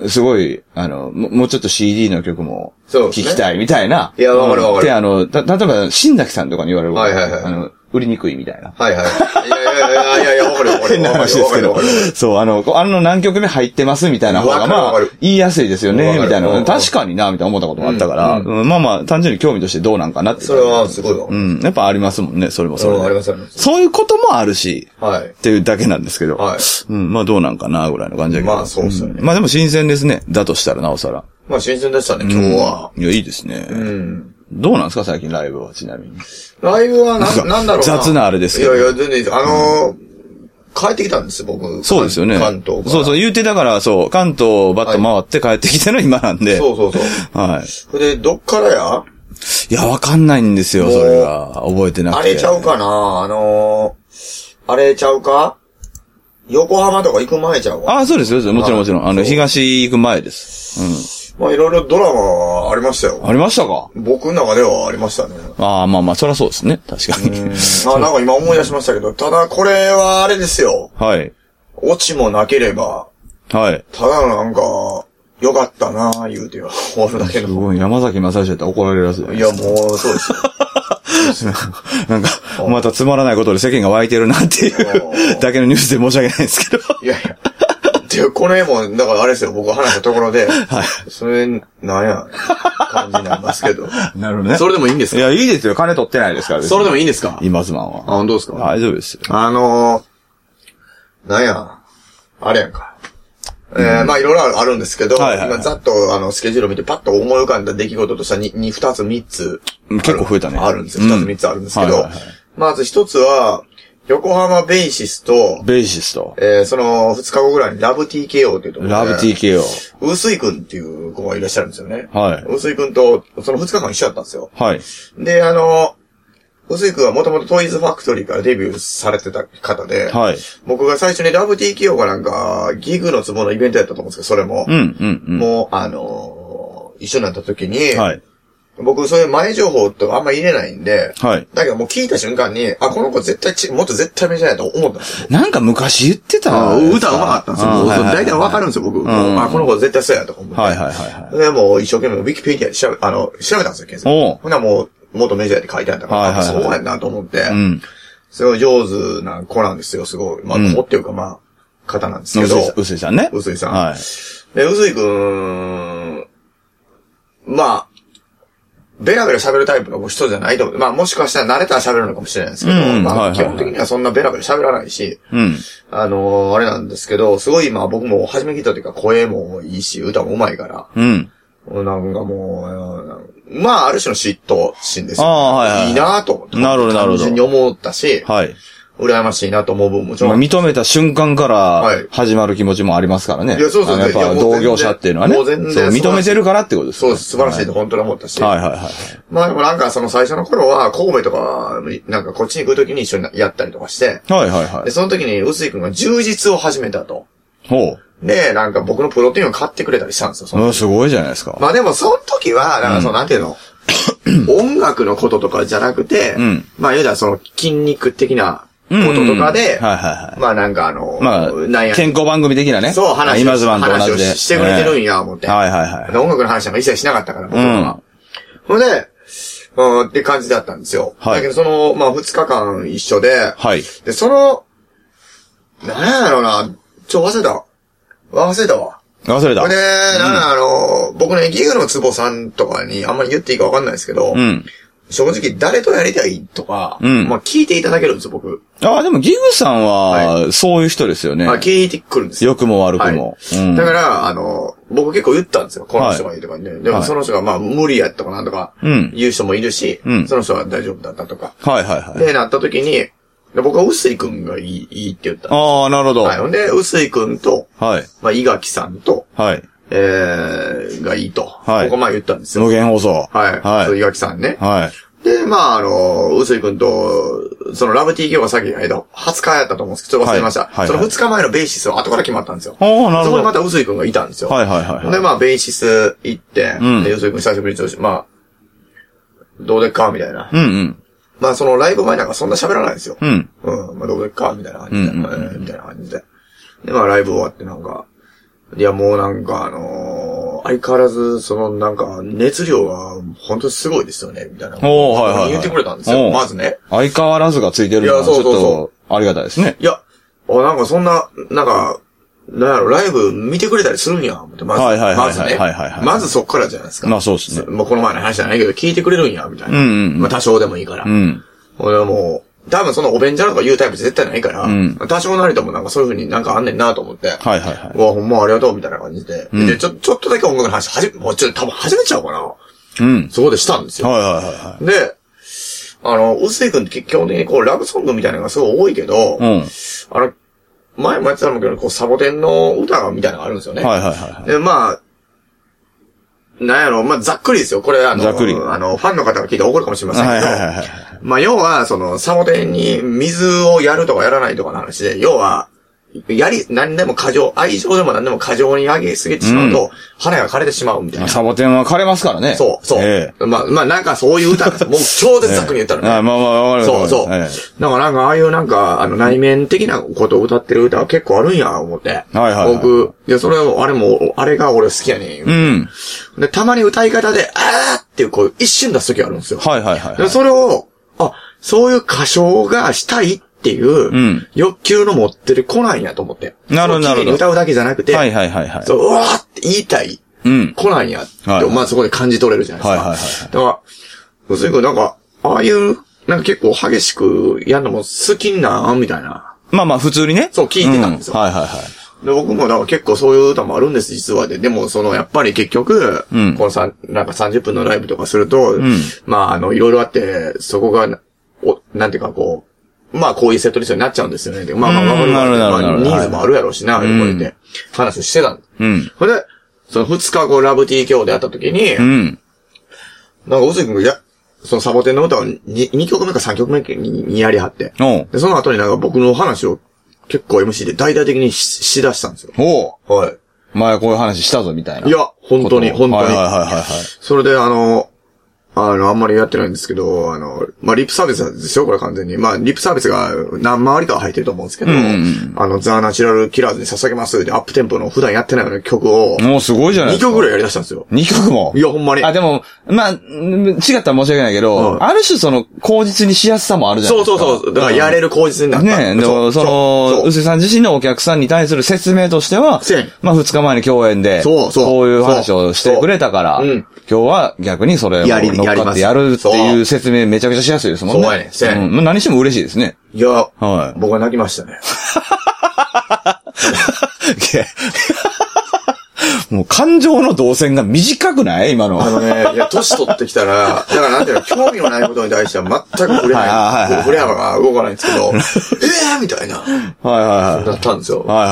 Speaker 2: すごい、あの、ももうちょっと CD の曲も、
Speaker 3: そう
Speaker 2: 聴
Speaker 3: ですね
Speaker 2: きたいみたいな。
Speaker 3: いやわかるわかる
Speaker 2: で、あの、た、例えば、新崎さんとかに言われること
Speaker 3: はいはいはい
Speaker 2: あの、売りにくいみたいな。
Speaker 3: は いはい。いやいやいやいやいや、わかるよわかる
Speaker 2: 変
Speaker 3: よ。
Speaker 2: な話ですけど
Speaker 3: わかるよわかるよわかるよ。
Speaker 2: そう、あの、こあの何曲目入ってますみたいな方が、
Speaker 3: わかる
Speaker 2: ま
Speaker 3: わか
Speaker 2: あ
Speaker 3: る、
Speaker 2: 言いやすいですよ
Speaker 3: わ
Speaker 2: ね、
Speaker 3: かる
Speaker 2: みたい
Speaker 3: うんう
Speaker 2: な。
Speaker 3: ん
Speaker 2: 確かにな、みたいな思ったことがあったから、
Speaker 3: うん
Speaker 2: うんまあまあ、単純に興味としてどうなんかなって。
Speaker 3: それはすごいわ。
Speaker 2: うん、やっぱありますもんね、それもそれ
Speaker 3: うんありま
Speaker 2: で。
Speaker 3: すあります。
Speaker 2: そういうこともあるし、
Speaker 3: はい
Speaker 2: っ。ていうだけなんですけど。
Speaker 3: はい
Speaker 2: うん、まあどうなんかな、ぐらいの感じだけど。
Speaker 3: まあそうっすよね
Speaker 2: んまあでも新鮮ですね。だとしたらなおさら。
Speaker 3: まあ新鮮でしたね、今日は。
Speaker 2: いや、いいですね。
Speaker 3: うん。
Speaker 2: どうなんですか、最近ライブは、ちなみに。
Speaker 3: ライブは
Speaker 2: なんか
Speaker 3: な、なんだろうな。
Speaker 2: 雑なあれですけ
Speaker 3: い
Speaker 2: ど
Speaker 3: やいや、全然いいです。あのー、帰ってきたんです、僕。
Speaker 2: そうですよね。
Speaker 3: 関東から。
Speaker 2: そうそう、言うてだから、そう、関東バッと回って帰ってきての今なんで。
Speaker 3: そうそうそう。
Speaker 2: はい。
Speaker 3: それで、どっからや
Speaker 2: いや、わかんないんですよ、
Speaker 3: もう
Speaker 2: それが。覚えてなくて。
Speaker 3: あれちゃうかなあのー、あれちゃうか横浜とか行く前ちゃうか
Speaker 2: あそうですよ、そうですもちろんも
Speaker 3: はい
Speaker 2: ちろん。あの、
Speaker 3: そう
Speaker 2: 東行く前です。
Speaker 3: まあいろいろドラマはありました
Speaker 2: うん。
Speaker 3: よ。
Speaker 2: ありましたか
Speaker 3: 僕の中ではありましたね。
Speaker 2: ああ、まあまあ、そりゃそうですね。確かに。
Speaker 3: あ、なんか今思い出しましたけど、ただこれはあれですよ。
Speaker 2: はい。
Speaker 3: オチもなければ、
Speaker 2: はい。
Speaker 3: ただなんか、良かったなぁ、言うては終わるだけ
Speaker 2: す
Speaker 3: の。
Speaker 2: ごい、山崎正義だったら怒られるやつだよ
Speaker 3: いや、もう、そうですよ。
Speaker 2: なんか、またつまらないことで世間が湧いてるなっていう
Speaker 3: おー
Speaker 2: だけのニュースで申し訳ないですけど。
Speaker 3: いやいや。で、これも、だからあれですよ、僕話したところで、それ、なんや、感じになります けど。
Speaker 2: なるほどね
Speaker 1: それでもいいんです
Speaker 2: い
Speaker 1: か
Speaker 2: や、いいですよ。金取ってないですから。
Speaker 1: それでもいい
Speaker 2: い
Speaker 1: んですか
Speaker 2: 今ズマン
Speaker 1: あ、
Speaker 2: は。
Speaker 1: 本当ですか
Speaker 2: 大丈夫ですよ。
Speaker 3: あのー、なんや、あれやんか。えー、まあいろいろあるんですけど、
Speaker 2: はいはいはい
Speaker 3: 今ざっとあのスケジュール見てパッと思い浮かんだ出来事としてはにに二つ三つ
Speaker 2: うん結構増えたね
Speaker 3: あるんですよ。
Speaker 2: うん
Speaker 3: 二つ三つあるんですけ
Speaker 2: はい
Speaker 3: ど
Speaker 2: はいはい、
Speaker 3: まず一つは、横浜ベイシスと、
Speaker 2: ベーシスト。
Speaker 3: えー、その二日後ぐらいにラブ TKO っていうところで
Speaker 2: ラブ TKO。
Speaker 3: 薄井くんっていう子がいらっしゃるんですよね。
Speaker 2: はい
Speaker 3: 薄井くんと、その2日間一緒だったんですよ。
Speaker 2: はい。
Speaker 3: で、あの、薄井くんはもともとトイズファクトリーからデビューされてた方で、
Speaker 2: はい。
Speaker 3: 僕が最初にラブ TKO がなんか、ギグのツボのイベントやったと思うんですけど、それも。
Speaker 2: うん、うん、
Speaker 3: もう、あのー一緒になった時に、
Speaker 2: うん。はい。
Speaker 3: 僕そういう前情報とかあんま入れないんで、
Speaker 2: はい。
Speaker 3: だけどもう聞いた瞬間に、あ、この子絶対ち、もっと絶対メジャーやと思ったんですよ。
Speaker 2: なんか昔言ってた
Speaker 3: あ歌うまかったんですよ。
Speaker 2: あ
Speaker 3: もう
Speaker 2: はいはい
Speaker 3: 大体わかるんですよ、僕。もうあ、この子絶対そうやと思って。
Speaker 2: はいはいはいはい。
Speaker 3: で、もう一生懸命ウィキペディアで調べ、あの、調べたんですよ、検索
Speaker 2: おう
Speaker 3: ほんならもう、元メジャーで書いてあったから、
Speaker 2: はいはいはい
Speaker 3: あそうやんなと思って、
Speaker 2: うん。
Speaker 3: すごい上手な子なんですよ、すごい。まあ、
Speaker 2: うん
Speaker 3: 子っていうか、まあ、方なんですけど
Speaker 2: 薄井。さん、薄井さんね。
Speaker 3: 薄井さん
Speaker 2: はい。
Speaker 3: で、うずいくん、まあ、ベラベラ喋るタイプの人じゃないと思う。まあ、もしかしたら慣れたら喋るのかもしれないですけど、
Speaker 2: うんはい
Speaker 3: ま
Speaker 2: はい
Speaker 3: あ、
Speaker 2: はい
Speaker 3: 基本的にはそんなベラベラ喋らないし、
Speaker 2: うん。
Speaker 3: あのーあれなんですけど、すごい今僕も初め聞いた時は声もいいし、歌も上手いから、
Speaker 2: うん。
Speaker 3: なんかもう、まあ、ある種の嫉妬心ですよ、
Speaker 2: あーはいはいはい
Speaker 3: いなと思って。
Speaker 2: なるほどなるほど
Speaker 3: 単純に思ったし、
Speaker 2: はい。
Speaker 3: 羨ましいなと思う分もち
Speaker 2: ま
Speaker 3: ろ
Speaker 2: あ
Speaker 3: ん。
Speaker 2: 認めた瞬間か
Speaker 3: は
Speaker 2: ら
Speaker 3: い
Speaker 2: 始まる気持ちもありますからね。
Speaker 3: いやそうですよね
Speaker 2: あのやっ
Speaker 3: い
Speaker 2: ぱ
Speaker 3: やもう
Speaker 2: 同
Speaker 3: 全然
Speaker 2: 業者っていうのはね。そう、
Speaker 3: もう全然素晴らしい
Speaker 2: 認めてるからってことです
Speaker 3: そう
Speaker 2: よ
Speaker 3: で
Speaker 2: ね。
Speaker 3: す。素晴らしいと本当に思ったし。
Speaker 2: はいはいはいはい。
Speaker 3: まあでもなんかその最初の頃は、神戸とか、なんかこっちに来るときに一緒にやったりとかして、
Speaker 2: はいはいは
Speaker 3: で、
Speaker 2: い。
Speaker 3: その時に、臼井くんが充実を始めたと。
Speaker 2: ほ
Speaker 3: で、なんか僕のプロテインを買ってくれたりしたんですよ、そうの
Speaker 2: うん。すごいじゃないですか。
Speaker 3: まあでも、その時は、なんかその、なんていうの、音楽のこととかじゃなくて、
Speaker 2: うん
Speaker 3: まあ、言うたらその、筋肉的なこととかで、
Speaker 2: うんはいはいはい
Speaker 3: まあなんかあの、
Speaker 2: まあ
Speaker 3: なん、や、
Speaker 2: 健康番組的なね。
Speaker 3: そう、話を、
Speaker 2: 今ズマンと同
Speaker 3: 話
Speaker 2: じ
Speaker 3: を
Speaker 2: で。
Speaker 3: ししてくれてるんや、思って。
Speaker 2: ええはいはいはい。
Speaker 3: 音楽の話なんか一切しなかったから、僕
Speaker 2: う
Speaker 3: と
Speaker 2: ん。
Speaker 3: か。ほんで、うん、って感じだったんですよ。
Speaker 2: はい
Speaker 3: だけど、その、まあ、二日間一緒で、
Speaker 2: はい。
Speaker 3: で、その、なんやろうな、ちょ、忘れたわ。忘れたわ。
Speaker 2: 忘れた
Speaker 3: こ。れ、なんかあの、僕ね、ギグのツボさんとかにあんまり言っていいかわかんないですけど、
Speaker 2: うん。
Speaker 3: 正直誰とやりたいとか、
Speaker 2: うん
Speaker 3: まあ聞いていただけるんですよ、僕。
Speaker 2: ああ、でもギグさん
Speaker 3: は
Speaker 2: は、そういう人ですよね
Speaker 3: ま。あ聞いてくるんですよ。
Speaker 2: 良くも悪く
Speaker 3: はい
Speaker 2: も。うん
Speaker 3: だから、あの、僕結構言ったんですよ。この人がいいとかね。でも
Speaker 2: はい
Speaker 3: その人がまあ無理やったかなんとか
Speaker 2: うん、
Speaker 3: 言う人もいるし、
Speaker 2: うん
Speaker 3: その人は大丈夫だったとか。
Speaker 2: はいはいはい。
Speaker 3: で、なった時に、で僕は臼井くんがいい、いいって言ったんで
Speaker 2: ああ、なるほど。
Speaker 3: す。は。
Speaker 2: はい
Speaker 3: ほんで、臼井くんと、
Speaker 2: い。
Speaker 3: まあ、伊垣さんと、
Speaker 2: はい。
Speaker 3: えー、がいいと。
Speaker 2: はい
Speaker 3: ここまあ言ったんです
Speaker 2: 無
Speaker 3: よ。
Speaker 2: 限放送。
Speaker 3: はい。そう伊
Speaker 2: は
Speaker 3: 垣さんね
Speaker 2: い。。はい。
Speaker 3: で、まあ、あの、臼井くんと、そのラブ TK がさっき、えっと、20日やったと思うんですけど、ちょっと忘れました。
Speaker 2: はいはい
Speaker 3: その2日前のベーシスは後から決まったんですよ。
Speaker 2: ああ、なる
Speaker 3: そこ
Speaker 2: ほ
Speaker 3: にま
Speaker 2: ど。
Speaker 3: た臼井くんがいたんですよ。
Speaker 2: はいはいはいはい
Speaker 3: で、まあ、ベーシス行って、
Speaker 2: うん
Speaker 3: で、臼井くん久しぶりに調子、まあ、どうでっかみたいな。
Speaker 2: うんうん。
Speaker 3: まあ、そのライブ前なんかそんな喋らないんですよ。
Speaker 2: うん。
Speaker 3: うん、まあ、どうでっかみたいな感じで、
Speaker 2: うんうん
Speaker 3: えーみたいな感じで。で、まあ、ライブ終わってなんか、いや、もうなんかあのー相変わらず、そのなんか、熱量が本当にすごいですよね、みたいな。
Speaker 2: おーはいはいはい
Speaker 3: 言ってくれたんです
Speaker 2: お
Speaker 3: よ、
Speaker 2: う
Speaker 3: まずね。
Speaker 2: 相変わらずがついてるの
Speaker 3: い
Speaker 2: は
Speaker 3: や
Speaker 2: ち
Speaker 3: そ
Speaker 2: ょ
Speaker 3: う
Speaker 2: っ
Speaker 3: そうそう
Speaker 2: とありがたいですね。
Speaker 3: いや、あ、なんかそんな、なんか、なんやろ、ライブ見てくれたりするんや、思ってまず、
Speaker 2: はいはいはいはい
Speaker 3: まずね
Speaker 2: はいはいはい。
Speaker 3: まずそっからじゃないですか。
Speaker 2: まあそうですね。
Speaker 3: まあこの前の話じゃないけど、聞いてくれるんや、みたいな。
Speaker 2: うんうんうん
Speaker 3: まあ多少でもいいから。
Speaker 2: うん。
Speaker 3: 俺はもう、多分そのお弁当とか言うタイプ絶対ないから、
Speaker 2: ん
Speaker 3: 多少なりともなんかそういう風になんかあんねんなと思って、
Speaker 2: はいはいは
Speaker 3: うわ、ほんまありがとうみたいな感じで、
Speaker 2: ん
Speaker 3: で、ちょ、ちょっとだけ音楽の話、はじ、もうちょ、多分始めちゃおうかな。
Speaker 2: い。うん。
Speaker 3: そこでしたんですよ。
Speaker 2: はいはいは
Speaker 3: で、あの、うすいくんって基本的にこう、ラブソングみたいなのがすごい多いけど、
Speaker 2: いはい。うん。
Speaker 3: あの、前もやってたんだけど、こう、サボテンの歌みたいなのがあるんですよね。
Speaker 2: はいはいは
Speaker 3: で、まあ、なんやろ、まあ、ざっくりですよ。これ、あの、
Speaker 2: ざっくり
Speaker 3: あの、ファンの方が聞いて怒るかもしれま
Speaker 2: い。
Speaker 3: せんけど、
Speaker 2: はいはいはいはい。
Speaker 3: まあ、要は、その、サボテンに水をやるとかやらないとかの話で、要は、やり、何でも過剰、愛情でも何でも過剰に上げすぎてしまうと、花が枯れてしまうみたいな。
Speaker 2: サボテンは枯れますからね。
Speaker 3: そう、そう。
Speaker 2: え
Speaker 3: まあ、まあ、なんかそういう歌なんです よ。もう超
Speaker 2: え
Speaker 3: 絶作に言ったらね。
Speaker 2: あまあまあ、わかる
Speaker 3: そうそう。
Speaker 2: わかるえ
Speaker 3: だからなんか、ああいうなんか、あの、内面的なことを歌ってる歌は結構あるんや、思って。
Speaker 2: はいはいはい
Speaker 3: 僕、で、それを、あれも、あれが俺好きやね。
Speaker 2: えうんん。
Speaker 3: で、たまに歌い方で、あーっていう、こう、一瞬出す時あるんですよ。
Speaker 2: はいはいはいは
Speaker 3: で、
Speaker 2: い。
Speaker 3: それを、あ、そういう歌唱がしたいってい
Speaker 2: ん
Speaker 3: う、欲求の持ってる子なんやと思って。
Speaker 2: なるほど
Speaker 3: その綺麗に
Speaker 2: なるほど
Speaker 3: 歌うだけじゃなくて、
Speaker 2: はいはいはいはい。
Speaker 3: そう、うわーって言いたい
Speaker 2: うん。
Speaker 3: 子なんやって、
Speaker 2: はい
Speaker 3: まあそこで感じ取れるじゃないです
Speaker 2: は
Speaker 3: か。
Speaker 2: いはいはいは
Speaker 3: だから、うすいくんなんか、ああいう、なんか結構激しくやるのも好きなんみたいな。
Speaker 2: まあまあ、普通にね。
Speaker 3: そう聞いてたんですよ
Speaker 2: うはいはいはい。
Speaker 3: で、僕もなんか結構そういう歌もあるんです、実はで。でも、その、やっぱり結局、
Speaker 2: うん
Speaker 3: このさ、なんか30分のライブとかすると、
Speaker 2: ん
Speaker 3: まあ、あの、いろいろあって、そこが、お、なんていうかこう、まあ、こういうセットリストになっちゃうんですよね。でまあまあ、
Speaker 2: うん
Speaker 3: わかるわかる。
Speaker 2: なるほどな
Speaker 3: ま
Speaker 2: る
Speaker 3: あ、
Speaker 2: ほど
Speaker 3: ニーズもあるやろうし
Speaker 2: い
Speaker 3: な、こうやって、話してたの。
Speaker 2: うん。
Speaker 3: それで、その2日後、ラブ T 教で会った時に、
Speaker 2: うん。
Speaker 3: なんか、うずくんが、や、そのサボテンの歌を 2, 2曲目か3曲目ににやりはって。
Speaker 2: おう。
Speaker 3: で、その後になんか僕の話を結構 MC で大々的にししだしたんですよ。
Speaker 2: おう。
Speaker 3: はい。
Speaker 2: 前こういう話したぞみたいな。
Speaker 3: いや、本当に、
Speaker 2: ことを
Speaker 3: 本当に。
Speaker 2: はいはいはいはいはい。
Speaker 3: それで、あの、あの、あんまりやってないんですけど、あの、まあ、リップサービスなんですよ、これ完全に。まあ、リップサービスが何回りか入ってると思うんですけど、
Speaker 2: うんうん
Speaker 3: あの、ザ・ナチュラル・キラーズに捧げますで、アップテンポの普段やってないような曲を、
Speaker 2: もうすごいじゃない
Speaker 3: 2
Speaker 2: ですか。
Speaker 3: 曲ぐらいやり出したんですよ。
Speaker 2: 2曲も
Speaker 3: いや、ほんまに。
Speaker 2: あ、でも、まあ、ん違ったら申し訳ないけど、
Speaker 3: うん
Speaker 2: ある種その、口実にしやすさもあるじゃない
Speaker 3: そ
Speaker 2: です
Speaker 3: うそ
Speaker 2: か。
Speaker 3: うそう。だから、やれる口実になった。
Speaker 2: ねえ、でも、その、
Speaker 3: そう
Speaker 2: 臼井さん自身のお客さんに対する説明としては
Speaker 3: せん、
Speaker 2: まあ、二日前の共演で、
Speaker 3: そうそう
Speaker 2: こういう話をしてくれたから、
Speaker 3: そううん
Speaker 2: 今日は逆にそれを
Speaker 3: やり
Speaker 2: 乗っ
Speaker 3: やり
Speaker 2: かっ
Speaker 3: ま
Speaker 2: て
Speaker 3: す
Speaker 2: やるっていう説明めちゃくちゃしやすいですもんね。
Speaker 3: そうやねんせやねん
Speaker 2: うんまあ何しても嬉しいですね。
Speaker 3: いや、
Speaker 2: はい
Speaker 3: 僕は泣きましたね。
Speaker 2: もう感情の動線が短くない今の。
Speaker 3: あのね、いや、年取ってきたら、だからなんていうの、興味のないことに対しては全く触れ
Speaker 2: はいはいはいは
Speaker 3: ないい。触れ幅が動かないんですけど、え えーみたいな、
Speaker 2: はいはい
Speaker 3: な
Speaker 2: は
Speaker 3: ったんで
Speaker 2: い。
Speaker 3: すよ。
Speaker 2: は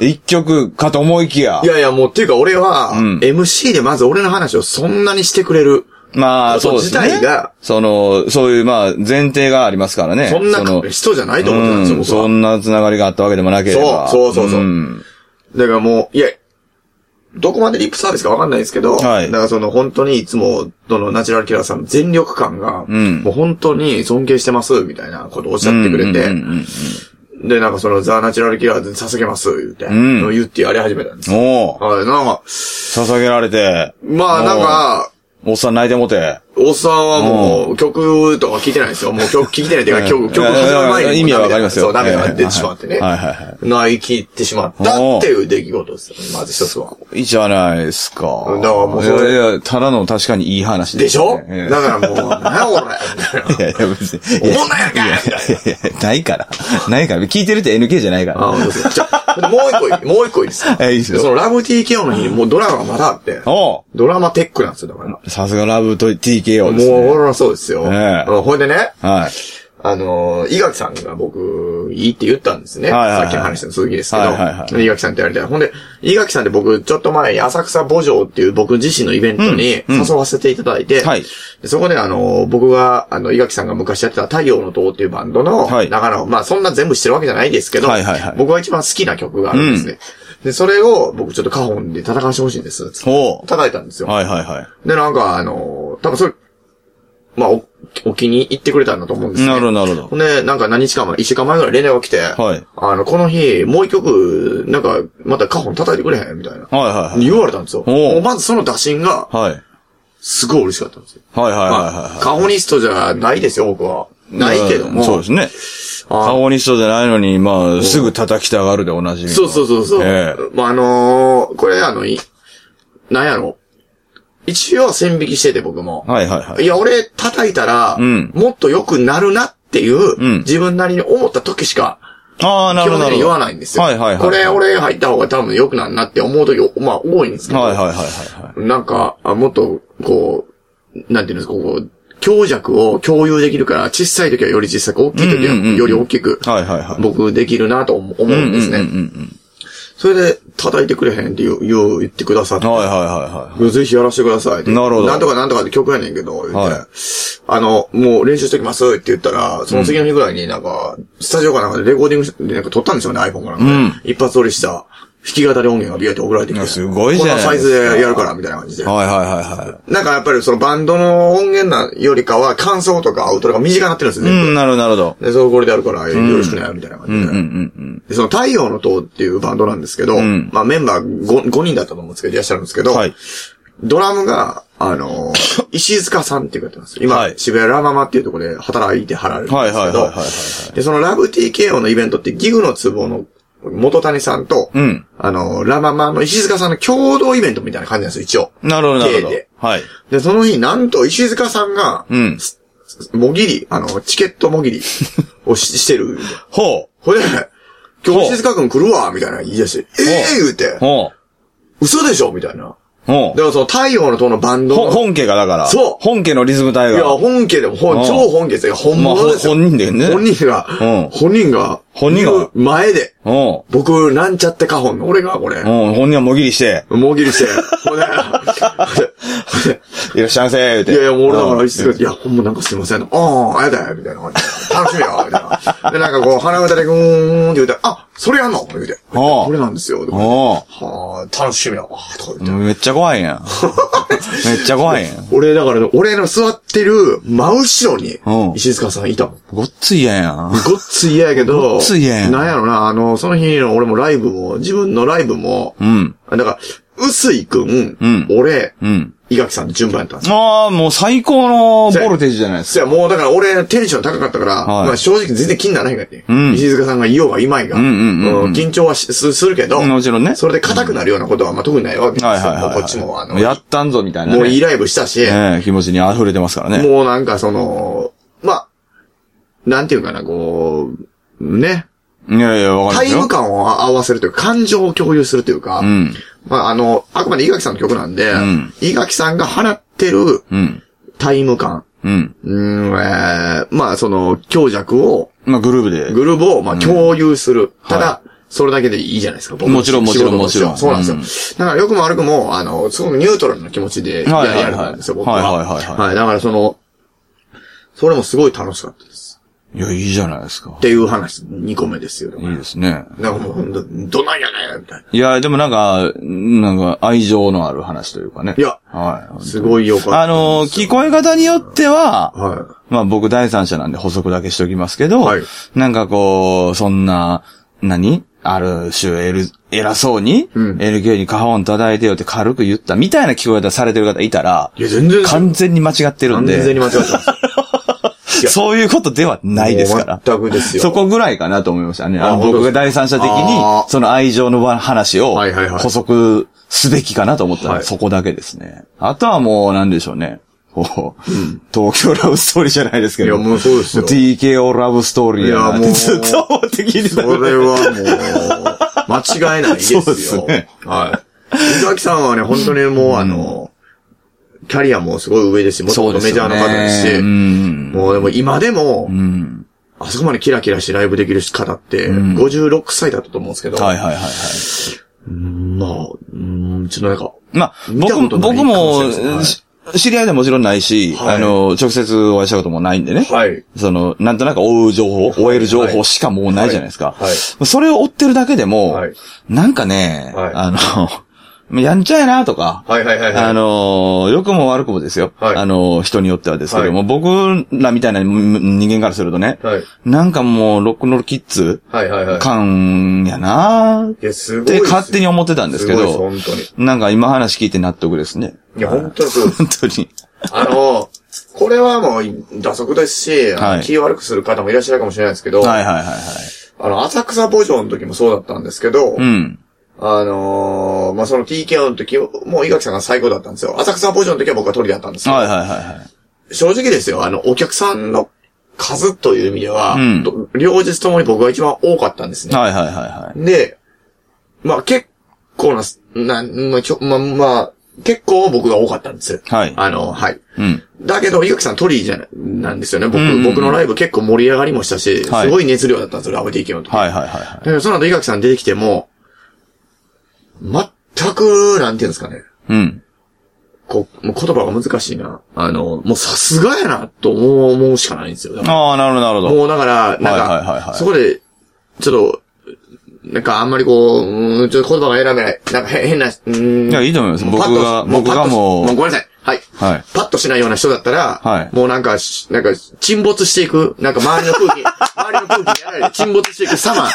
Speaker 2: いはい。一曲かと思いきや
Speaker 3: い。やいや、もうっていうか俺は、MC でまず俺の話をそんなにしてくれる。
Speaker 2: まあ、
Speaker 3: そ
Speaker 2: そううですね
Speaker 3: 自体が。
Speaker 2: その、そういう、まあ、前提がありますからね。
Speaker 3: そんな
Speaker 2: の
Speaker 3: 人じゃないと思ってたんです
Speaker 2: う
Speaker 3: よ、
Speaker 2: ん、
Speaker 3: 僕は
Speaker 2: そんなつながりがあったわけでもなければ。
Speaker 3: そうそうそうそうんだからもう、いや、どこまでリップサービスかわかんないですけど、
Speaker 2: はい
Speaker 3: だからその本当にいつも、どのナチュラルキラーさんの全力感が、
Speaker 2: ん
Speaker 3: もう本当に尊敬してます、みたいなことをおっしゃってくれて、
Speaker 2: うんうんうん
Speaker 3: で、なんかそのザ・ナチュラルキラーズに捧げます、言うて、
Speaker 2: ん
Speaker 3: 言ってやり始めたんですよ。
Speaker 2: おう
Speaker 3: はい、なんか、
Speaker 2: 捧げられて。
Speaker 3: まあなんか、
Speaker 2: おう。おっさん泣いてもて。
Speaker 3: おっさんはもう曲とか聞いてないんですよ。もう曲聞いてないっていうか、曲、曲始まる前に。
Speaker 2: 意味はわかりますよ。
Speaker 3: そう、涙が出
Speaker 2: ええ
Speaker 3: てしまってね。
Speaker 2: はいはいは
Speaker 3: 泣きってしまったっていう出来事ですよね、まず一つは。
Speaker 2: い。いいじゃないですか。
Speaker 3: だからもう
Speaker 2: い
Speaker 3: それ
Speaker 2: やいや、ただの確かにいい話
Speaker 3: でしょ
Speaker 2: すねええ
Speaker 3: だからもう、なんや俺みたいない
Speaker 2: やいや、別に。いや
Speaker 3: おもんないやんかみたいない
Speaker 2: やいやないから。ないから。聞いてるって NK じゃないから。
Speaker 3: あ本当ですかじゃあもう一個いい、もう一個いいですか
Speaker 2: えいいですよ
Speaker 3: そのラブ TKO の日にもうドラマがまだあって、
Speaker 2: おう
Speaker 3: ドラマテックなんですよ、だから。も
Speaker 2: さすがラブと TKO
Speaker 3: う、
Speaker 2: ですね。
Speaker 3: 俺はそうですよ。
Speaker 2: ええ
Speaker 3: うんほいでね、
Speaker 2: はい。
Speaker 3: あのー、伊垣さんが僕、いいって言ったんですね。
Speaker 2: はいはいはい
Speaker 3: さっきの話の続きですけど。
Speaker 2: はいはいはい
Speaker 3: で伊垣さんってやりたい。ほんで、伊垣さんって僕、ちょっと前に浅草墓場っていう僕自身のイベントに
Speaker 2: うんうん
Speaker 3: 誘わせていただいて、
Speaker 2: はい
Speaker 3: でそこであのー、僕が、あの、伊垣さんが昔やってた太陽の塔っていうバンドの、
Speaker 2: はい
Speaker 3: だから、まあそんな全部してるわけじゃないですけど、
Speaker 2: はいはいはい
Speaker 3: 僕が一番好きな曲があるんですね。で、それを僕ちょっとカホンで叩かしてほしいんです。つって
Speaker 2: おう
Speaker 3: 叩いたんですよ。
Speaker 2: はいはいはい。
Speaker 3: で、なんか、あのー多分それ、まあ、お置きに行ってくれたんだと思うんですね。
Speaker 2: なるほど、なるほ
Speaker 3: ほんで、なんか何日間前、一週間前ぐらい連絡が来て、
Speaker 2: はい
Speaker 3: あの、この日、もう一曲、なんか、またカホン叩いてくれへんみたいな。
Speaker 2: ど。はいはいはい。
Speaker 3: 言われたんですよ。
Speaker 2: おう
Speaker 3: もうまずその打診が、
Speaker 2: はい。はい
Speaker 3: すごい嬉しかったんですよ。
Speaker 2: はいはい
Speaker 3: まあ、
Speaker 2: は
Speaker 3: カホニストじゃないですよ、僕は。
Speaker 2: い。
Speaker 3: ないけども。
Speaker 2: そうですね。
Speaker 3: あ
Speaker 2: 顔に人じゃないのに、まあ、すぐ叩きたがるでおなじみ。
Speaker 3: そうそうそうそう。
Speaker 2: ええ
Speaker 3: まあ、あのーこれ、あの、いなんやろ。一応線引きしてて、僕も。、
Speaker 2: はいはいはいい。
Speaker 3: や、俺、叩いたら、
Speaker 2: ん
Speaker 3: もっと良くなるなっていう、
Speaker 2: ん
Speaker 3: 自分なりに思った時しか、
Speaker 2: ああ、な
Speaker 3: 基
Speaker 2: るほ
Speaker 3: 本
Speaker 2: ど。る
Speaker 3: 的
Speaker 2: ほ
Speaker 3: に言
Speaker 2: ど
Speaker 3: わないんですよ。
Speaker 2: はいはいはい
Speaker 3: これ、俺入った方が多分良くなるなって思う時、まあ、多いんですけど。
Speaker 2: はいはいはいはいはい。
Speaker 3: なんか、あもっと、こう、なんていうんですか、こう、強弱を共有できるから、小さい時はより小さく、大きい時は
Speaker 2: うんうんうん
Speaker 3: より大きく、
Speaker 2: はいはいはい。
Speaker 3: 僕できるなと思思うんですね。
Speaker 2: うんうんうん
Speaker 3: それで、叩いてくれへんって言う、言う言ってくださって
Speaker 2: うん。はいはいはいはい。
Speaker 3: ぜひやらせてくださいって。
Speaker 2: なるほど
Speaker 3: なんとかなんとかって曲やねんけど、言って、
Speaker 2: はい
Speaker 3: あの、もう練習しときますって言ったら、その次の日ぐらいになんか、スタジオかなんかでレコーディングしてなんか撮ったんですよね、iPhone から、
Speaker 2: ん
Speaker 3: 一発撮りした弾き語り音源がビューって送られてき
Speaker 2: い
Speaker 3: て。
Speaker 2: やすごいじゃない
Speaker 3: こ
Speaker 2: です
Speaker 3: の
Speaker 2: か
Speaker 3: サイズでやるから、みたいな感じで。
Speaker 2: はいはいはいは
Speaker 3: なんかやっぱりそのバンドの音源なよりかは、感想とかアウトとか短くなってるんですよ、
Speaker 2: い。う
Speaker 3: 全部
Speaker 2: ん、なるほどなるほど。
Speaker 3: で、それこれでやるから、よろしくね、みたいな感じで。
Speaker 2: うんうんうん。
Speaker 3: で、その太陽の塔っていうバンドなんですけど、
Speaker 2: ん
Speaker 3: まあメンバー 5, 5人だったと思うんですけど、いらっしゃるんですけど、
Speaker 2: はい
Speaker 3: ドラムが、あの ー石塚さんっていう方なんですよ。今、
Speaker 2: はい
Speaker 3: 渋谷ラママっていうところで働いてはられるんですけど、
Speaker 2: はいはいはいはいはいは
Speaker 3: で、そのラブ TKO のイベントってギグの壺の元谷さんと、
Speaker 2: うん
Speaker 3: あのーラママの石塚さんの共同イベントみたいな感じなんですよ、一応。
Speaker 2: なるほどなるほ
Speaker 3: 軽
Speaker 2: ど
Speaker 3: で。
Speaker 2: はい。
Speaker 3: で、その日、なんと石塚さんが、
Speaker 2: うん。
Speaker 3: もぎり、あの、チケットも ぎりをししてる。
Speaker 2: ほ
Speaker 3: ほれで、今
Speaker 2: ほう
Speaker 3: 日石塚くん来るわ、みたいな言い出して、ええ言うて
Speaker 2: う。、ほ
Speaker 3: 嘘でしょみたいな。
Speaker 2: う。ほ
Speaker 3: だからその太陽の塔のバン
Speaker 2: う。
Speaker 3: ド
Speaker 2: ほ
Speaker 3: の、
Speaker 2: 本家がだから。
Speaker 3: そう
Speaker 2: 本家のリズム隊
Speaker 3: い
Speaker 2: が。
Speaker 3: や、本家でも、ほ
Speaker 2: うん
Speaker 3: ん超本家ですよ。本
Speaker 2: まあ、
Speaker 3: 物
Speaker 2: ほ
Speaker 3: ですよ。
Speaker 2: 本人でね。
Speaker 3: 本人が
Speaker 2: うん、
Speaker 3: 本人が、
Speaker 2: 本人が
Speaker 3: 言う前で、
Speaker 2: うん。
Speaker 3: 僕、なんちゃってかほんの、俺がこれ、
Speaker 2: うん、本人はもぎりして、
Speaker 3: もぎりして、ほんでほんでほんで
Speaker 2: いらっしゃいませ、言うて。
Speaker 3: いやいや、もう俺だか
Speaker 2: ん
Speaker 3: ら、いつか、いや、ほんまなんかすいません。ああ、あやだよ、みたいな感じで。楽しみよ、みたいな。で、なんかこう、鼻歌でぐーんって言うて、あ、それやんの言うて。
Speaker 2: あ
Speaker 3: これなんですよ。とか
Speaker 2: お
Speaker 3: はあ、楽しみよ、とか言って。
Speaker 2: うめっちゃ怖いやん。めっちゃ怖いやん。
Speaker 3: 俺、だから、俺の座ってる真後ろに
Speaker 2: う、ん
Speaker 3: 石塚さんいたもん。
Speaker 2: ごっつい嫌やん。
Speaker 3: ごっつい嫌やけど、
Speaker 2: っつい嫌やん
Speaker 3: なんやろな、あの、その日の俺もライブも、自分のライブも、
Speaker 2: うん。
Speaker 3: だから、薄井くん、
Speaker 2: うん
Speaker 3: 俺、
Speaker 2: うん。
Speaker 3: 伊垣さんの順番やったんですよ。
Speaker 2: ああ、もう最高のボルテージじゃないです
Speaker 3: そや、もうだから俺テンション高かったから、
Speaker 2: はい
Speaker 3: まあ正直全然気にならへんかって。
Speaker 2: ん
Speaker 3: 石塚さんがいようがいまいが、
Speaker 2: んうんうんうん
Speaker 3: うん緊張はしすするけど、
Speaker 2: か。もちろんね。
Speaker 3: それで硬くなるようなことはまあ特にないわけですよ。
Speaker 2: はいはいはいはい。
Speaker 3: もうこっちもあの、
Speaker 2: やったんぞ、みたいなね。
Speaker 3: もういいライブしたし、
Speaker 2: ええ気持ちに溢れてますからね。
Speaker 3: もうなんかその、まあ、なんていうかな、こう、ね、
Speaker 2: いやいや、わか
Speaker 3: タ
Speaker 2: る
Speaker 3: イ
Speaker 2: よ。
Speaker 3: ム感を合わせるというか、感情を共有するというか、
Speaker 2: うん。
Speaker 3: まああの、あくまで伊垣さんの曲なんで、
Speaker 2: ん
Speaker 3: 伊垣さんが放ってる
Speaker 2: うん。
Speaker 3: タイム感、
Speaker 2: うん。
Speaker 3: うーん、えーまあその強弱を、
Speaker 2: まあ、グループで。
Speaker 3: グループを、まあ、共有する。ただ、
Speaker 2: は
Speaker 3: それだけでいいじゃないですか、僕
Speaker 2: もちろんもちろん
Speaker 3: 仕事としては
Speaker 2: もち
Speaker 3: そう
Speaker 2: ろ
Speaker 3: なん
Speaker 2: ん
Speaker 3: ですよ。だから、よくも悪くも、あの、すごくニュートラルな気持ちで、
Speaker 2: はいはいはい
Speaker 3: やるんですよ、僕は。
Speaker 2: はいはいはいはい
Speaker 3: だから、その、それもすごい楽しかったです。
Speaker 2: いや、いいじゃないですか
Speaker 3: っ。ていう話、2個目ですよ。だか
Speaker 2: いいですね。
Speaker 3: らなんかもう、ほんとどないやねんみたいな。
Speaker 2: いや、でもなんか、なんか、愛情のある話というかね。
Speaker 3: いや
Speaker 2: はい。
Speaker 3: すごいよかった。
Speaker 2: あの、聞こえ方によっては、
Speaker 3: は
Speaker 2: まあ僕第三者なんで補足だけしときますけど、
Speaker 3: はい
Speaker 2: なんかこう、そんな、何ある種エル、偉そうに、
Speaker 3: うん
Speaker 2: LK にカホン叩いてよって軽く言ったみたいな聞こえ方されてる方いたら
Speaker 3: い。、いや、全然、
Speaker 2: 完全に間違ってるん
Speaker 3: 完全
Speaker 2: で、
Speaker 3: に間違ってます。
Speaker 2: そういうことではないですから。
Speaker 3: もう全くですよ。
Speaker 2: そこぐらいかなと思いましたね。あ
Speaker 3: あ
Speaker 2: の
Speaker 3: 本当
Speaker 2: 僕
Speaker 3: です
Speaker 2: が第三者的
Speaker 3: あ
Speaker 2: に
Speaker 3: ー、
Speaker 2: その愛情の話を
Speaker 3: はいはいはい
Speaker 2: 補足すべきかなと思った
Speaker 3: は
Speaker 2: ら、
Speaker 3: い
Speaker 2: そこだけですね。あとはもう、なんでしょうね。こう東京ラブストーリーじゃないですけ
Speaker 3: いや、
Speaker 2: ど。
Speaker 3: もうそうですよ。
Speaker 2: TKO ラブストーリーやなっ
Speaker 3: いやも
Speaker 2: て
Speaker 3: う
Speaker 2: ずっと思って聞いて
Speaker 3: そ
Speaker 2: たんで。
Speaker 3: れはもう、間違いないですよ。
Speaker 2: そうですね
Speaker 3: はい。伊崎さんはね、本当にもう、あの、キャリアもすごい上ですし、もっとメジャーな方ですし、
Speaker 2: うん。
Speaker 3: もうでも今でも、
Speaker 2: うん。
Speaker 3: あそこまでキラキラしてライブできる方って、56歳だったと思うんですけど、
Speaker 2: はいはいはいはい。
Speaker 3: まあ、うん、ちょっとなんか、
Speaker 2: まあ、
Speaker 3: 見たこ
Speaker 2: 僕
Speaker 3: と
Speaker 2: も、
Speaker 3: ない
Speaker 2: 僕も
Speaker 3: かもしれないです、
Speaker 2: 知り合いでもちろんないし、
Speaker 3: はい
Speaker 2: あの、直接お会いしたこともないんでね。
Speaker 3: はい。
Speaker 2: その、なんとなく追う情報、追える情報しかもうないじゃないですか。
Speaker 3: はいはい
Speaker 2: それを追ってるだけでも、
Speaker 3: はい
Speaker 2: なんかね、
Speaker 3: はい
Speaker 2: あの、 やんちゃやなとか、
Speaker 3: はいはいはいはい。
Speaker 2: あのー、良くも悪くもですよ。
Speaker 3: はい
Speaker 2: あのー、人によってはですけども、僕らみたいな人間からするとね、
Speaker 3: はい。
Speaker 2: なんかもう、ロックンロールキッズ
Speaker 3: はいはいはい。
Speaker 2: 感やなっ
Speaker 3: いや、すごい
Speaker 2: て
Speaker 3: す。
Speaker 2: 勝手に思ってたんですけ
Speaker 3: すご
Speaker 2: ど
Speaker 3: い、です、本当に。
Speaker 2: なんか今話聞いて納得ですね。
Speaker 3: いや、本当にそうで す。
Speaker 2: 本当に。
Speaker 3: あの、 これはもう、打足ですし、あの
Speaker 2: はい
Speaker 3: 気を悪くする方もいらっしゃるかもしれないですけど、
Speaker 2: はいはいはいはい。
Speaker 3: あの、浅草墓場の時もそうだったんですけど、
Speaker 2: うん。
Speaker 3: あのーまあ、その TKO の時も、井垣さんが最高だったんですよ。浅草墓場の時は僕は鳥だったんですけど、
Speaker 2: はいはいはいはい。
Speaker 3: 正直ですよ、あの、お客さんの数という意味では、
Speaker 2: うん
Speaker 3: ど両日ともに僕が一番多かったんですね。
Speaker 2: はいはいはいはい。
Speaker 3: で、まあ、結構な、なん、まあ、ちょ、まあ、まあ、結構僕が多かったんです。
Speaker 2: はい
Speaker 3: あの、はい。
Speaker 2: うん。
Speaker 3: だけど、井垣さん鳥じゃな、なんですよね。僕、
Speaker 2: うんうん
Speaker 3: 僕のライブ結構盛り上がりもしたし、す
Speaker 2: はい
Speaker 3: ごい熱量だったんですよ、ラブ TK の時。
Speaker 2: はいはいはいはい。
Speaker 3: でその後、井垣さん出てきても、全く、なんていうんですかね。
Speaker 2: うん。
Speaker 3: こう、もう言葉が難しいな。あの、もうさすがやな、と思う、思うしかないんですよ。だか
Speaker 2: ああ、なるほどなる
Speaker 3: ら
Speaker 2: ほど。
Speaker 3: もうだから、なんか、
Speaker 2: はいはいはいはい
Speaker 3: そこで、ちょっと、なんかあんまりこう、うんちょっと言葉が選べない。なんかへ変な、うん。
Speaker 2: いや、いいと思います。僕が、僕がも
Speaker 3: もう
Speaker 2: う、
Speaker 3: ごめんなさい。はい。
Speaker 2: はい。
Speaker 3: パッとしないような人だったら、
Speaker 2: はい
Speaker 3: もうなんかし、なんか、沈没していく、なんか周りの空気、周りの空気にやられて沈没していく様。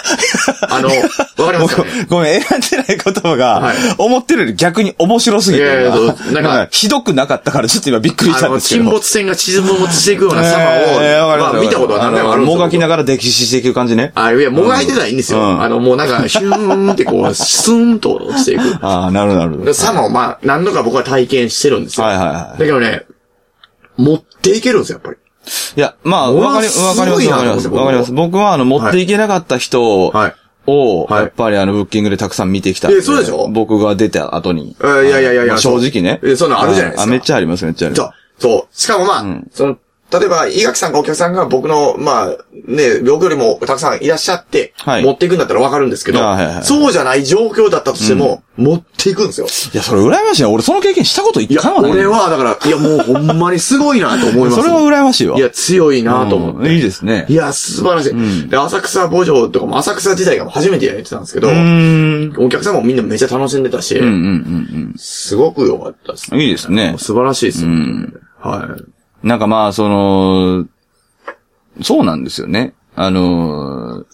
Speaker 3: あの、わかりますかね
Speaker 2: 僕ごめん、選んでない言葉が
Speaker 3: はい、
Speaker 2: 思ってるより逆に面白すぎて
Speaker 3: いやいやそう な
Speaker 2: なんん
Speaker 3: か
Speaker 2: か、ひどくなかったからちょっと今びっくりし
Speaker 3: あ
Speaker 2: たん
Speaker 3: の、
Speaker 2: ですけ
Speaker 3: 沈
Speaker 2: ど。
Speaker 3: 没船が沈没していくような様を、
Speaker 2: えーわかりま
Speaker 3: まあ、
Speaker 2: す
Speaker 3: 見たことは何回もあ
Speaker 2: あ
Speaker 3: るん
Speaker 2: の
Speaker 3: で
Speaker 2: も
Speaker 3: すよ。
Speaker 2: がきながら歴史していく感じね。
Speaker 3: あ、いや、もがいてたらいいんですよ。
Speaker 2: うん
Speaker 3: あの、もうなんか、ヒューンってこう、スーンと落ちていく。
Speaker 2: ああ、なるほどなるほ
Speaker 3: で、
Speaker 2: ど。
Speaker 3: 様をまあ、何度か僕は体験してるんですよ。
Speaker 2: はいはい
Speaker 3: だ
Speaker 2: はい。
Speaker 3: けどね、持っていけるんですよ、やっぱり。
Speaker 2: いや、まあ、わかり、
Speaker 3: うわ
Speaker 2: わかりますす、
Speaker 3: ごいな
Speaker 2: わかります。
Speaker 3: 僕も
Speaker 2: わかります。僕は、あの、持っていけなかった人を、
Speaker 3: はい。
Speaker 2: を、
Speaker 3: はい
Speaker 2: やっぱりあの、ブッキングでたくさん見てきたん。
Speaker 3: えそうでしょ
Speaker 2: 僕が出た後に。
Speaker 3: えーいやいやいやい
Speaker 2: ま
Speaker 3: や
Speaker 2: あ正直ね。
Speaker 3: そうえそういうのあるじゃないですか
Speaker 2: あ、めっちゃあります、めっちゃあり
Speaker 3: そ
Speaker 2: ま
Speaker 3: う。そう。しかもまあ、その、例えば、伊垣さんかお客さんが僕の、まあ、ね、僕よりもたくさんいらっしゃって、
Speaker 2: はい
Speaker 3: 持っていくんだったらわかるんですけど、
Speaker 2: あはいはい
Speaker 3: そうじゃない状況だったとしても、持っていくんですよ。
Speaker 2: す。いや、それ羨ましいな。俺その経験したこと
Speaker 3: い
Speaker 2: 一
Speaker 3: や、
Speaker 2: 回もない。
Speaker 3: 俺は、だから、いや、もうほんまにすごいなと思います。
Speaker 2: それは羨ましいわ。
Speaker 3: いや、強いなと思って。
Speaker 2: うんいいですね。
Speaker 3: いや、素晴らしい。で、浅草墓場とかも浅草自体が初めてやってたんですけど、
Speaker 2: うーん。
Speaker 3: お客さんもみんなめっちゃ楽しんでたし、
Speaker 2: うんうん
Speaker 3: すごく良かったです
Speaker 2: うん。いいですね。
Speaker 3: 素晴らしいですよ、
Speaker 2: ん
Speaker 3: はい。
Speaker 2: なんかまあ、その、そうなんですよね。あのー、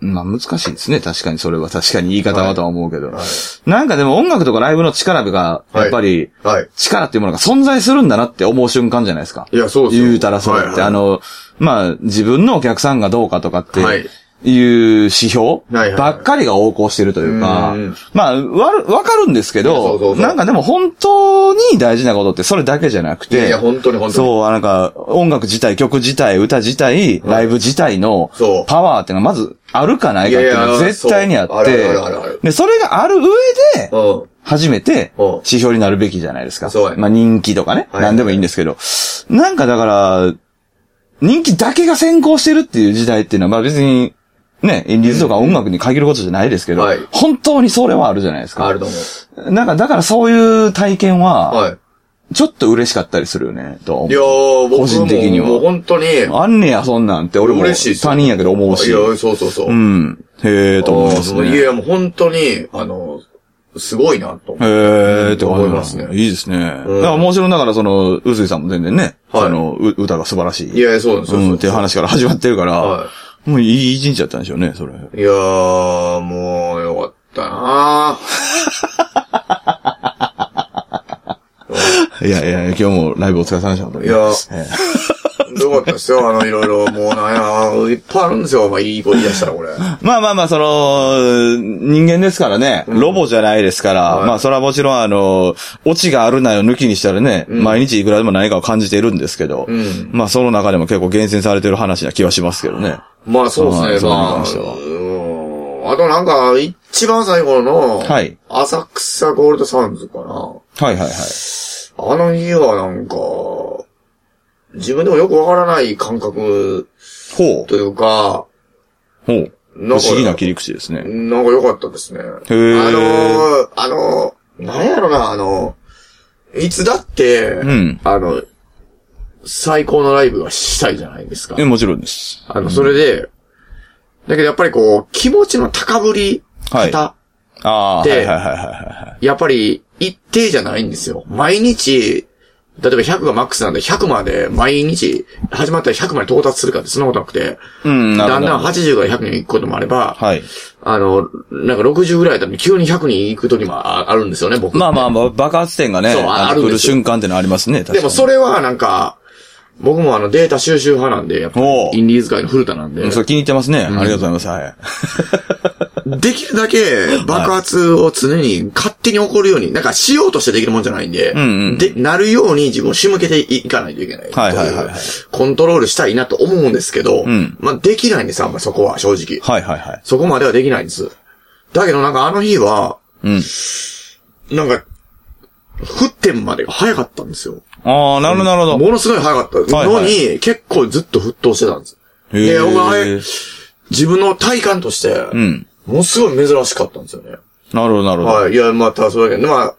Speaker 2: まあ難しいですね。確かにそれは確かに言い方はとは思うけど。
Speaker 3: はい
Speaker 2: なんかでも音楽とかライブの力が、やっぱり、
Speaker 3: はい。
Speaker 2: 力っていうものが存在するんだなって思う瞬間じゃないですか。
Speaker 3: いや、そうですよ
Speaker 2: 言うたらそうやって、
Speaker 3: はいはい
Speaker 2: あの、まあ、自分のお客さんがどうかとかって、
Speaker 3: はい
Speaker 2: い、う指標
Speaker 3: はいはい
Speaker 2: ばっかりが横行してるというか、
Speaker 3: うん
Speaker 2: まあ、わる、わかるんですけ
Speaker 3: いやそうそ
Speaker 2: ど
Speaker 3: うそう
Speaker 2: なんかでも本当に大事なことってそれだけじゃなく
Speaker 3: いや
Speaker 2: て、
Speaker 3: いや本当に本当に
Speaker 2: そう、あなんか、音楽自体、曲自体、歌自体、ライブ自体の
Speaker 3: そう、
Speaker 2: パワーっていうのはまずあるかないかっていうの
Speaker 3: いや
Speaker 2: はい
Speaker 3: や
Speaker 2: 絶対にあ
Speaker 3: そうあ
Speaker 2: っ
Speaker 3: る
Speaker 2: て
Speaker 3: あるあるある、
Speaker 2: で、それがある上で、
Speaker 3: うん。
Speaker 2: 初めて
Speaker 3: うん
Speaker 2: 指標になるべきじゃないですか。
Speaker 3: そうやね
Speaker 2: まあ人気とかね、
Speaker 3: はい
Speaker 2: 何でもいいんですけど。なんかだから、人気だけが先行してるっていう時代っていうのは、まあ別に、ね、インディーズとか音楽に限ることじゃないですけど、
Speaker 3: はい
Speaker 2: 本当にそれはあるじゃないですか。
Speaker 3: あると思
Speaker 2: なんかだからそういう体験
Speaker 3: う。
Speaker 2: は、
Speaker 3: は
Speaker 2: ちょっと嬉しかったりするよね、と思う
Speaker 3: い。いやー、僕も
Speaker 2: 個人的には
Speaker 3: もう本当に、いや、
Speaker 2: あんねや、そんなんって、俺も
Speaker 3: 嬉しいっすよ
Speaker 2: 他人やけど思うし。
Speaker 3: そうそうそう。
Speaker 2: うん。へえと思います
Speaker 3: いやい
Speaker 2: ね。
Speaker 3: や、もう本当に、あの、すごいなと思う。
Speaker 2: へえって
Speaker 3: 思
Speaker 2: 思
Speaker 3: い
Speaker 2: い
Speaker 3: ま
Speaker 2: ますす
Speaker 3: ね
Speaker 2: ね。いいですね。だ
Speaker 3: ん
Speaker 2: からもちろんだからその、うすいさんも全然ね、
Speaker 3: はい
Speaker 2: その、う歌が素晴らしい。
Speaker 3: いやいや、そうなんですよ。
Speaker 2: うん、っていう話から始まってるから、
Speaker 3: は
Speaker 2: もういい一日だったんでしょうね、 それ。
Speaker 3: いやー、もう、よかったなー
Speaker 2: いやいや、今日もライブお疲れ様でした本当に。
Speaker 3: いや
Speaker 2: え
Speaker 3: よかったですよ、あの、いろいろ、もうなんや、いっぱいあるんですよ、まあ、いい子言い出したら、これ。
Speaker 2: えまあまあまあ、その、人間ですからね、ロボじゃないですから、
Speaker 3: はい
Speaker 2: まあそれはもちろんあの、オチがあるなよ抜きにしたらね、毎日いくらでも何かを感じているんですけど、
Speaker 3: ん
Speaker 2: まあその中でも結構厳選されてる話な気はしますけどね。
Speaker 3: まあ、そう
Speaker 2: はい
Speaker 3: です
Speaker 2: そ
Speaker 3: ね、
Speaker 2: う
Speaker 3: まあ、う
Speaker 2: なんですよ
Speaker 3: ーんあとなんか、一番最後の、
Speaker 2: はい
Speaker 3: 浅草ゴールドサウンズかな。
Speaker 2: はいはいはい。
Speaker 3: あの日はなんか、自分でもよくわからない感覚
Speaker 2: ほう
Speaker 3: と。いうか、
Speaker 2: ほう。不
Speaker 3: なんか
Speaker 2: 思議な切り口ですね。
Speaker 3: なんか良かったですね。あの
Speaker 2: ー
Speaker 3: ー、あのー、なんやろな、あの、いつだって、
Speaker 2: ん
Speaker 3: あの、最高のライブがしたいじゃないですか
Speaker 2: え、。もちろんです。
Speaker 3: あの、それで、だけどやっぱりこう、気持ちの高ぶり
Speaker 2: はい
Speaker 3: 方、
Speaker 2: ああ、はい
Speaker 3: で
Speaker 2: はいはいはいはい。
Speaker 3: やっぱり一定じゃないんですよ。毎日、例えば100がマックスなんで100まで毎日始まったら100まで到達するかってそんなことなくて、
Speaker 2: うん、なる
Speaker 3: だ
Speaker 2: ほ
Speaker 3: ん
Speaker 2: ど。
Speaker 3: だん80から100に行くこともあれば、
Speaker 2: はい。
Speaker 3: あの、なんか60ぐらいだったら急に100に行く時もああるんですよね、僕。
Speaker 2: まあまあまあ、爆発点がね、
Speaker 3: そう
Speaker 2: あ
Speaker 3: あ
Speaker 2: の
Speaker 3: るん
Speaker 2: 来る
Speaker 3: ですよ
Speaker 2: 瞬間ってのはありますね、確かに。
Speaker 3: でもそれはなんか、僕もあのデータ収集派なんで、やっぱ
Speaker 2: おう
Speaker 3: インディーズ界の古田なんで
Speaker 2: うん、それ気に入ってますね。ありがとうございます。はい。
Speaker 3: できるだけ爆発を常に勝手に起こるように、なんかしようとしてできるもんじゃないんで、
Speaker 2: んうん
Speaker 3: で、なるように自分を仕向けていかないといけない。
Speaker 2: はいはいはいはい
Speaker 3: コントロールしたいなと思うんですけど、
Speaker 2: ん
Speaker 3: まあできないんです、あんまりそこは正直。
Speaker 2: はいはいはい。
Speaker 3: そこまではできないんです。だけどなんかあの日は、
Speaker 2: うん。
Speaker 3: なんか、沸点までが早かったんですよ。
Speaker 2: ああ、なるほどなるほど。
Speaker 3: ものすごい早かった
Speaker 2: はいはい
Speaker 3: のに、結構ずっと沸騰してたんです。
Speaker 2: へー
Speaker 3: でお前自分の体感として、
Speaker 2: ん
Speaker 3: ものすごい珍しかったんですよね。
Speaker 2: なるほどなるほど。
Speaker 3: はい。いや、またそうだけど、まあ、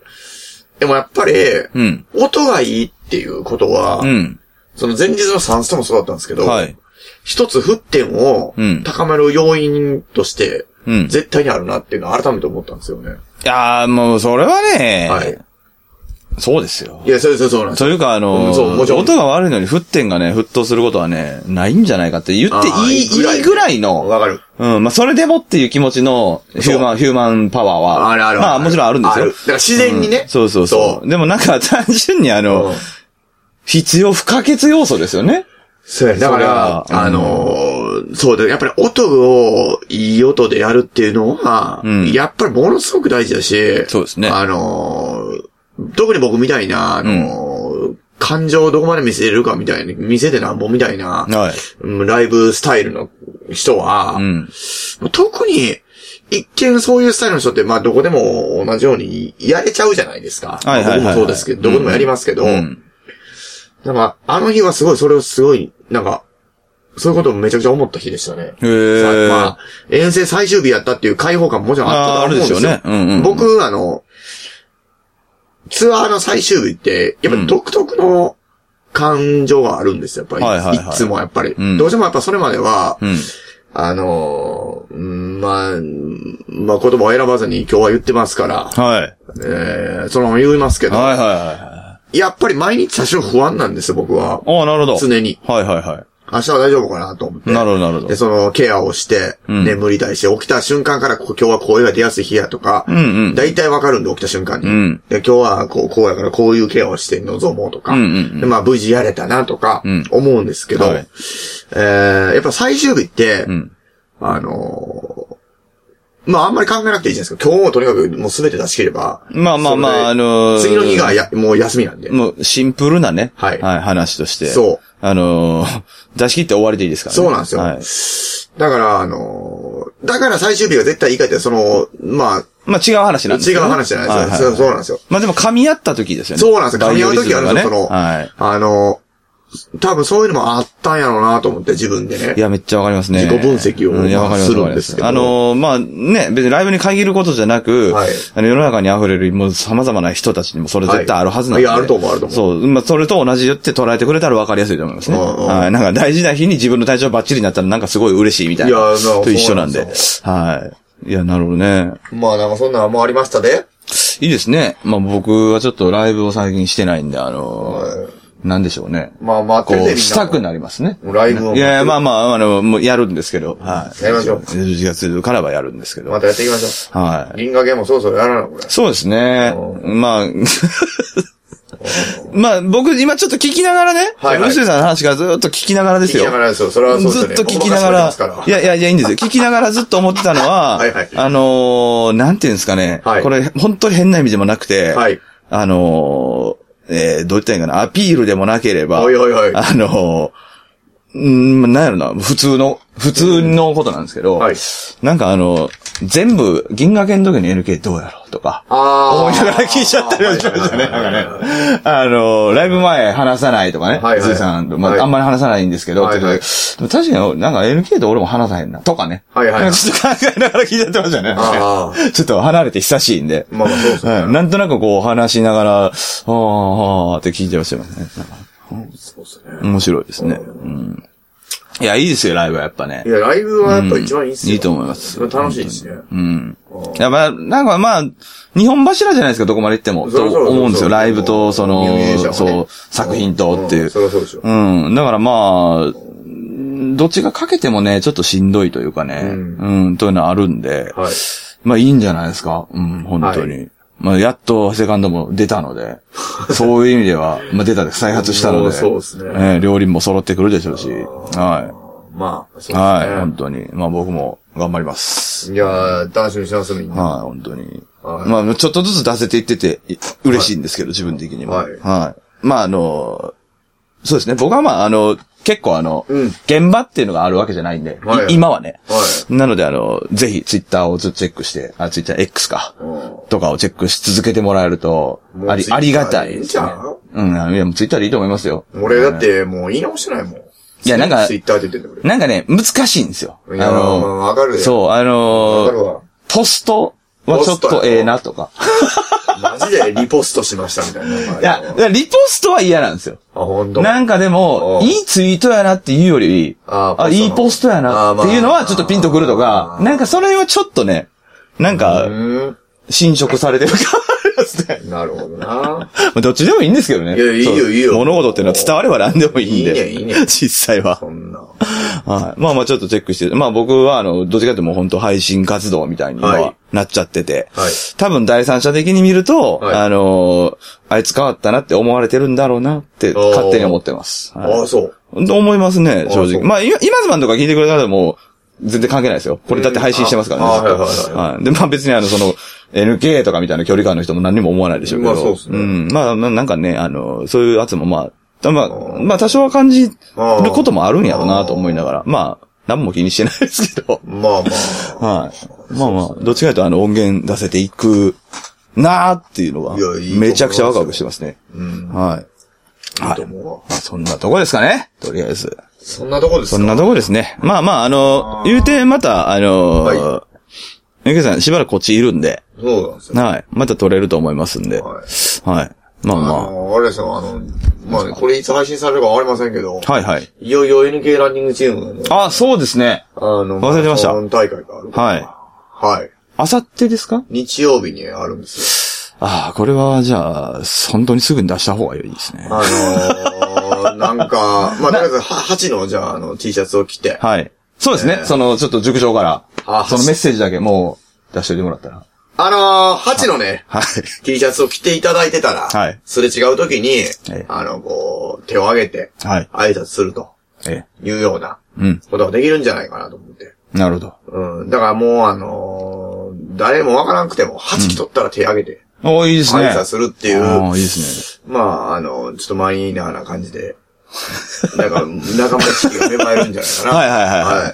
Speaker 3: でもやっぱり、
Speaker 2: うん。
Speaker 3: 音がいいっていうことは、
Speaker 2: うん。
Speaker 3: その前日の算数もそうだったんですけど、
Speaker 2: はい。
Speaker 3: 一つ沸点を
Speaker 2: うん
Speaker 3: 高める要因として、
Speaker 2: うん
Speaker 3: 絶対にあるなっていうのは改めて思ったんですよね。
Speaker 2: いやーもう、それはね、
Speaker 3: はい。
Speaker 2: そうですよ
Speaker 3: い。や、そうそうそうなんです
Speaker 2: というか、あの
Speaker 3: うんそうもちろん
Speaker 2: 音が悪いのに沸点がね、沸騰することはね、ないんじゃないかって言って
Speaker 3: あー
Speaker 2: いい、
Speaker 3: いいぐらい
Speaker 2: いいぐらい
Speaker 3: よ。
Speaker 2: の、
Speaker 3: わかる。
Speaker 2: うん、まあ、それでもっていう気持ちの、ヒューマン、ヒューマンパワーは、
Speaker 3: あるある。
Speaker 2: まあ、もちろんあるんですよ
Speaker 3: だ。から自然にね。
Speaker 2: そうそうそう。でもなんか 単純にあ
Speaker 3: そう。う
Speaker 2: の
Speaker 3: ん、
Speaker 2: 必要不可欠要素ですよね。
Speaker 3: そうやねだから、
Speaker 2: それは
Speaker 3: あのーそうだ、やっぱり音をいい音でやるっていうのは、
Speaker 2: うん
Speaker 3: やっぱりものすごく大事だし、
Speaker 2: そうですね
Speaker 3: あのー特に僕みたいな、あのー感情をどこまで見せれるかみたいな、見せてなんぼみたいな、
Speaker 2: はい。
Speaker 3: うんライブスタイルの人は、
Speaker 2: うん。
Speaker 3: 特に、一見そういうスタイルの人って、まあどこでも同じようにやれちゃうじゃないですか。
Speaker 2: はいはいはいはい
Speaker 3: 僕もそうですけど、どこでもやりますけど、
Speaker 2: うん。
Speaker 3: なんか、あの日はすごい、それをすごい、なんか、そういうことをめちゃくちゃ思った日でしたね。
Speaker 2: へー
Speaker 3: さまあ、遠征最終日やったっていう開放感ももちろんあったと思うんですよ。
Speaker 2: あーあるでしょうねうんうんうん
Speaker 3: 僕、あの、ツアーの最終日って、やっぱり独特の感情があるんですよ、やっぱり。
Speaker 2: はいはい
Speaker 3: い
Speaker 2: はい
Speaker 3: つもやっぱり。
Speaker 2: うん
Speaker 3: どうしてもやっぱそれまでは、
Speaker 2: うん。
Speaker 3: あのー、うんまあ、うんまあ言葉を選ばずに今日は言ってますから、
Speaker 2: はい。はい
Speaker 3: えー、そのまま言いますけど、
Speaker 2: はいは
Speaker 3: やっぱり毎日多少不安なんですよ、僕は。
Speaker 2: い。ああ、なるほど。
Speaker 3: 常に。
Speaker 2: はいはいは
Speaker 3: 明日は大丈夫かなと思って。
Speaker 2: い。なるほどなるほ
Speaker 3: で、
Speaker 2: ど。
Speaker 3: そのケアをして、
Speaker 2: うん
Speaker 3: 眠りたいし、起きた瞬間からこ今日は声が出やすい日やとか、
Speaker 2: うんうん。
Speaker 3: 大体わかるんで、起きた瞬間に。
Speaker 2: うん
Speaker 3: で、今日はこう、こうやからこういうケアをして臨もうとか、
Speaker 2: うんうんうん
Speaker 3: でまあ無事やれたなとか
Speaker 2: うん、
Speaker 3: 思うんですけど、
Speaker 2: はい
Speaker 3: えー、やっぱ最終日って、
Speaker 2: ん
Speaker 3: あのーまああんまり考えなくていいじゃないですか。今日もとにかくもう全て出し切れば。
Speaker 2: まあまあまあ、あ
Speaker 3: それで
Speaker 2: のー、
Speaker 3: 次の日がや、もう休みなんで。
Speaker 2: もうシンプルなね。
Speaker 3: はい
Speaker 2: 話として。
Speaker 3: そう。
Speaker 2: あのー、出し切って終わりでいいですからね。
Speaker 3: そうなんですよ
Speaker 2: はい。
Speaker 3: だから、あのーだから最終日が絶対いいかって、その、まあ、
Speaker 2: まあ違う話なんです
Speaker 3: 違う
Speaker 2: よね
Speaker 3: 話じゃないです
Speaker 2: は
Speaker 3: か。
Speaker 2: は
Speaker 3: そうそうなんですよ。
Speaker 2: まあでも噛み合った時ですよね。
Speaker 3: そうなんですよ。噛み合う時あるん
Speaker 2: バ
Speaker 3: です
Speaker 2: イオリズム
Speaker 3: よ、その、
Speaker 2: がねはい。
Speaker 3: あの、多分そういうのもあったんやろうなと思って、自分で
Speaker 2: い
Speaker 3: ね。
Speaker 2: や、めっちゃわかりますね。
Speaker 3: 自己分析を
Speaker 2: うんいや、わかります
Speaker 3: るん
Speaker 2: わかりま
Speaker 3: ですけど
Speaker 2: あのー、まあね、別にライブに限ることじゃなく、
Speaker 3: はい
Speaker 2: あの世の中に溢れる、もう様々な人たちにもそれ絶対あるはずなんで。
Speaker 3: はいいやあると思うあると思う
Speaker 2: そう。まあ、それと同じよって捉えてくれたらわかりやすいと思いますね。
Speaker 3: うんうん
Speaker 2: はい。なんか大事な日に自分の体調バッチリになったらなんかすごい嬉しいみたいな。
Speaker 3: いやなんか
Speaker 2: と一緒なん
Speaker 3: そう
Speaker 2: で
Speaker 3: なん。
Speaker 2: はい。いや、なるほどね。
Speaker 3: まあ、なんかそんなのもありましたで。
Speaker 2: いいですね。まあ、僕はちょっとライブを最近してないんで、あのー
Speaker 3: は
Speaker 2: なんでしょうね。
Speaker 3: まあ、待って
Speaker 2: こ
Speaker 3: るでみん
Speaker 2: う、
Speaker 3: な。
Speaker 2: したくなりますね。
Speaker 3: ライブを
Speaker 2: いやいや、まあまあ、あの、もうやるんですけど、はい。
Speaker 3: やりましょう
Speaker 2: 11月からはやるんですけど。
Speaker 3: またやっていきましょ
Speaker 2: は
Speaker 3: う。
Speaker 2: い。
Speaker 3: 銀河ゲームもそろそろやらな、これ。
Speaker 2: そうですね。
Speaker 3: う
Speaker 2: まあ、まあ僕今ちょっと聞きながらね、
Speaker 3: はいはい
Speaker 2: 吉井さんの話からずっと聞きながらです
Speaker 3: 聞き
Speaker 2: よ。
Speaker 3: ながらですよ。それはそうですよ
Speaker 2: ず
Speaker 3: ね。
Speaker 2: っと聞きながら
Speaker 3: 僕が喋ってま、
Speaker 2: い
Speaker 3: すか
Speaker 2: やいや、いや、いいん ですよ。聞きながらずっと思ってたのは、
Speaker 3: はいはい
Speaker 2: あのー、なんていうんですかね、
Speaker 3: はい
Speaker 2: これ本当に変な意味でもなくて、
Speaker 3: はい
Speaker 2: あのー、えーどう言ったらいいかな、アピールでもなければ、
Speaker 3: ら。おいおいおい。
Speaker 2: あの、うんなんやろな、普通の、普通のことなんですけど、
Speaker 3: はい
Speaker 2: なんかあの、全部、銀河系の時の NK どうやろうとか、
Speaker 3: あー
Speaker 2: 思いながら聞いちゃったりはしましたね、
Speaker 3: はいはいはいはい
Speaker 2: なんかねあの、ライブ前話さないとかね、
Speaker 3: はいはい
Speaker 2: ずさんと、まあ
Speaker 3: はい
Speaker 2: あんまり話さないんですけど、
Speaker 3: はいはい
Speaker 2: ってことででも確かに、なんか NK と俺も話さへんな、とかね。
Speaker 3: はいはい
Speaker 2: なんかちょっと考えながら聞いちゃってましたね。
Speaker 3: あ
Speaker 2: ちょっと離れて久しいんで。
Speaker 3: まあまあそうですね
Speaker 2: はいなんとなくこう話しながら、はあはあって聞いてましたよね。
Speaker 3: そうですね。
Speaker 2: 面白いですね。うん。いや、いいですよ、ライブはやっぱね
Speaker 3: い。や、ライブはやっぱ一番いいっすよ。
Speaker 2: いいと思います。
Speaker 3: 楽しいですね。
Speaker 2: うん。やっぱ、なんかまあ、日本柱じゃないですか、どこまで行っても。
Speaker 3: そ
Speaker 2: と
Speaker 3: ろそろ
Speaker 2: 思うんですよ。
Speaker 3: そろそろ
Speaker 2: ライブと、そ
Speaker 3: ミュージシャンは
Speaker 2: の、
Speaker 3: ね
Speaker 2: そう、作品とってい
Speaker 3: ん
Speaker 2: う。
Speaker 3: そりゃそうでしょ。
Speaker 2: うん。だからまあ、どっちがかけてもね、ちょっとしんどいというかね。
Speaker 3: う
Speaker 2: うん、というのはあるんで。
Speaker 3: はい。
Speaker 2: まあいいんじゃないですか。うん、本当に。
Speaker 3: は
Speaker 2: まあやっとセカンドも出たので、 そういう意味では、まあ出たで再発したの
Speaker 3: も
Speaker 2: で。
Speaker 3: うそうですね
Speaker 2: ええ両輪も揃ってくるでしょうし。は
Speaker 3: まあ、そうです
Speaker 2: い。
Speaker 3: ね。
Speaker 2: はい、本当に。まあ僕も頑張ります。
Speaker 3: いやー、楽しみにしてます、みんな。
Speaker 2: はい、本当に。
Speaker 3: はい
Speaker 2: まあちょっとずつ出せていってて、い嬉しいんですけど、自分的にも。
Speaker 3: はい
Speaker 2: はい。まああの、そうですね。僕はまああの、結構あの、
Speaker 3: うん
Speaker 2: 現場っていうのがあるわけじゃないんで、い
Speaker 3: はい
Speaker 2: 今はね。
Speaker 3: は
Speaker 2: なのであの、ぜひツイッターをずっとチェックして、あ、ツイッター X か。
Speaker 3: う
Speaker 2: とかをチェックし続けてもらえると
Speaker 3: も、う
Speaker 2: あり、
Speaker 3: Twitter
Speaker 2: ありがたい
Speaker 3: でいい
Speaker 2: で
Speaker 3: んじ
Speaker 2: す
Speaker 3: ゃ
Speaker 2: ね
Speaker 3: ん。
Speaker 2: うん、いや、もうツイッターでいいと思いますよ。
Speaker 3: ん俺だってもう言い直してないもん。
Speaker 2: いやなんか
Speaker 3: ツイッターで言ってんだ
Speaker 2: なんかね、難しいんですよ。あ
Speaker 3: 俺。いやー、
Speaker 2: の、
Speaker 3: わかるよ。
Speaker 2: そう、あ
Speaker 3: わかる
Speaker 2: の
Speaker 3: わ、
Speaker 2: ポストはちょっ
Speaker 3: ポス
Speaker 2: と
Speaker 3: トやな
Speaker 2: ええなとか。
Speaker 3: マジでリポストしましたみたいな。
Speaker 2: いや、だからリポストは嫌なんですよ。
Speaker 3: あ、ほんと。
Speaker 2: なんかでも
Speaker 3: う、ん
Speaker 2: いいツイートやなっていうより、
Speaker 3: あー
Speaker 2: あ、
Speaker 3: ポストの
Speaker 2: いいポストやなっていうのはちょっとピンとくるとか、なんかそれはちょっとね、なん
Speaker 3: う
Speaker 2: か、
Speaker 3: ーん。
Speaker 2: 侵食されてる感じですね。
Speaker 3: なるほどな。
Speaker 2: まあどっちでもいいんですけどね。
Speaker 3: いやいいよ
Speaker 2: そう
Speaker 3: いいよ
Speaker 2: 物事っていうのは伝われば何でもいいんで。
Speaker 3: いいねいいね
Speaker 2: 実際は。
Speaker 3: そんな。
Speaker 2: はい。まあまあちょっとチェックして、まあ僕はあの、どっちかっていうともう本当配信活動みたいに今
Speaker 3: は
Speaker 2: はいなっちゃってて、
Speaker 3: はい
Speaker 2: 多分第三者的に見ると、
Speaker 3: はい
Speaker 2: あのーあいつ変わったなって思われてるんだろうなって
Speaker 3: おー
Speaker 2: 勝手に思ってます。
Speaker 3: あ
Speaker 2: は
Speaker 3: あ、そう。
Speaker 2: い、と思いますね、
Speaker 3: ー
Speaker 2: 正
Speaker 3: そ
Speaker 2: 直。
Speaker 3: う
Speaker 2: まあ今今ズマンとか聞いてくれたらもう全然関係ないですよ。これだって配信してますからね。
Speaker 3: うんあ
Speaker 2: ずっと
Speaker 3: あ
Speaker 2: はい。で、まあ別にあの、その、NK とかみたいな距離感の人も何にも思わないでしょうけど。
Speaker 3: まあそうですね。
Speaker 2: ん。まあななんかね、あの、そういう圧もまあ、たまあ、まあ多少は感じることもあるんやろうなと思いながら、まあ、何も気にしてないですけど
Speaker 3: まあま
Speaker 2: はい。まあまあ、どっちかというとあの音源出せていくなーっていうのが
Speaker 3: いやいい、と思いますよ
Speaker 2: めちゃくちゃワクワクしてますね。はい。
Speaker 3: あ、いい
Speaker 2: は
Speaker 3: と
Speaker 2: い。
Speaker 3: 思うわ。
Speaker 2: まあそんなとこですかねとりあえず。
Speaker 3: そんなとこです
Speaker 2: そん
Speaker 3: か
Speaker 2: なとこですね。まあまあ、あの、言うて、また、あの
Speaker 3: は、
Speaker 2: ゆきさんしばらくこっちいるんで、
Speaker 3: そうなんですよ。
Speaker 2: はい。また撮れると思いますんで。
Speaker 3: はい
Speaker 2: はい。まあ
Speaker 3: あ
Speaker 2: ま
Speaker 3: の、あれですよ、あの、まあね、これいつ配信されるかわかりませんけど、
Speaker 2: あ。はいはい。
Speaker 3: いよいよ NK ランニングチームの、
Speaker 2: あ、そうですね。
Speaker 3: あの、
Speaker 2: 忘れてました
Speaker 3: マラソン大会がある。
Speaker 2: はい。
Speaker 3: はい。
Speaker 2: あさってですか
Speaker 3: 日曜日にあるんです
Speaker 2: ああ、これは、じゃあ、本当にすぐに出した方がいいですね
Speaker 3: よ。。 あのー、なんか、まあ、とりあえず、は、8の、じゃあ、あの、T シャツを着て、
Speaker 2: はい。そうです
Speaker 3: え
Speaker 2: ね。
Speaker 3: ー
Speaker 2: その、ちょっと塾長か
Speaker 3: あ
Speaker 2: ら、そのメッセージだけもう出しておいてもらったら。
Speaker 3: あのー、8のね、
Speaker 2: はい。
Speaker 3: T シャツを着ていただいてたら、
Speaker 2: はい
Speaker 3: すれ違う時に
Speaker 2: え、
Speaker 3: あの、こう、手を挙げて、
Speaker 2: はい。
Speaker 3: 挨拶すると
Speaker 2: え
Speaker 3: いうような
Speaker 2: え。うん。
Speaker 3: ことができるんじゃないかなと思って。
Speaker 2: なるほど。
Speaker 3: うん。だからもう、あのー、誰もわからなくても、8着取ったら手挙げて、
Speaker 2: おーいいですね。
Speaker 3: 挨拶するっていう、
Speaker 2: おーいいです
Speaker 3: まあ、あの、ちょっとマイナーな感じで、なんか、仲間意識が芽生えるんじゃないか な。
Speaker 2: はいはいはいはい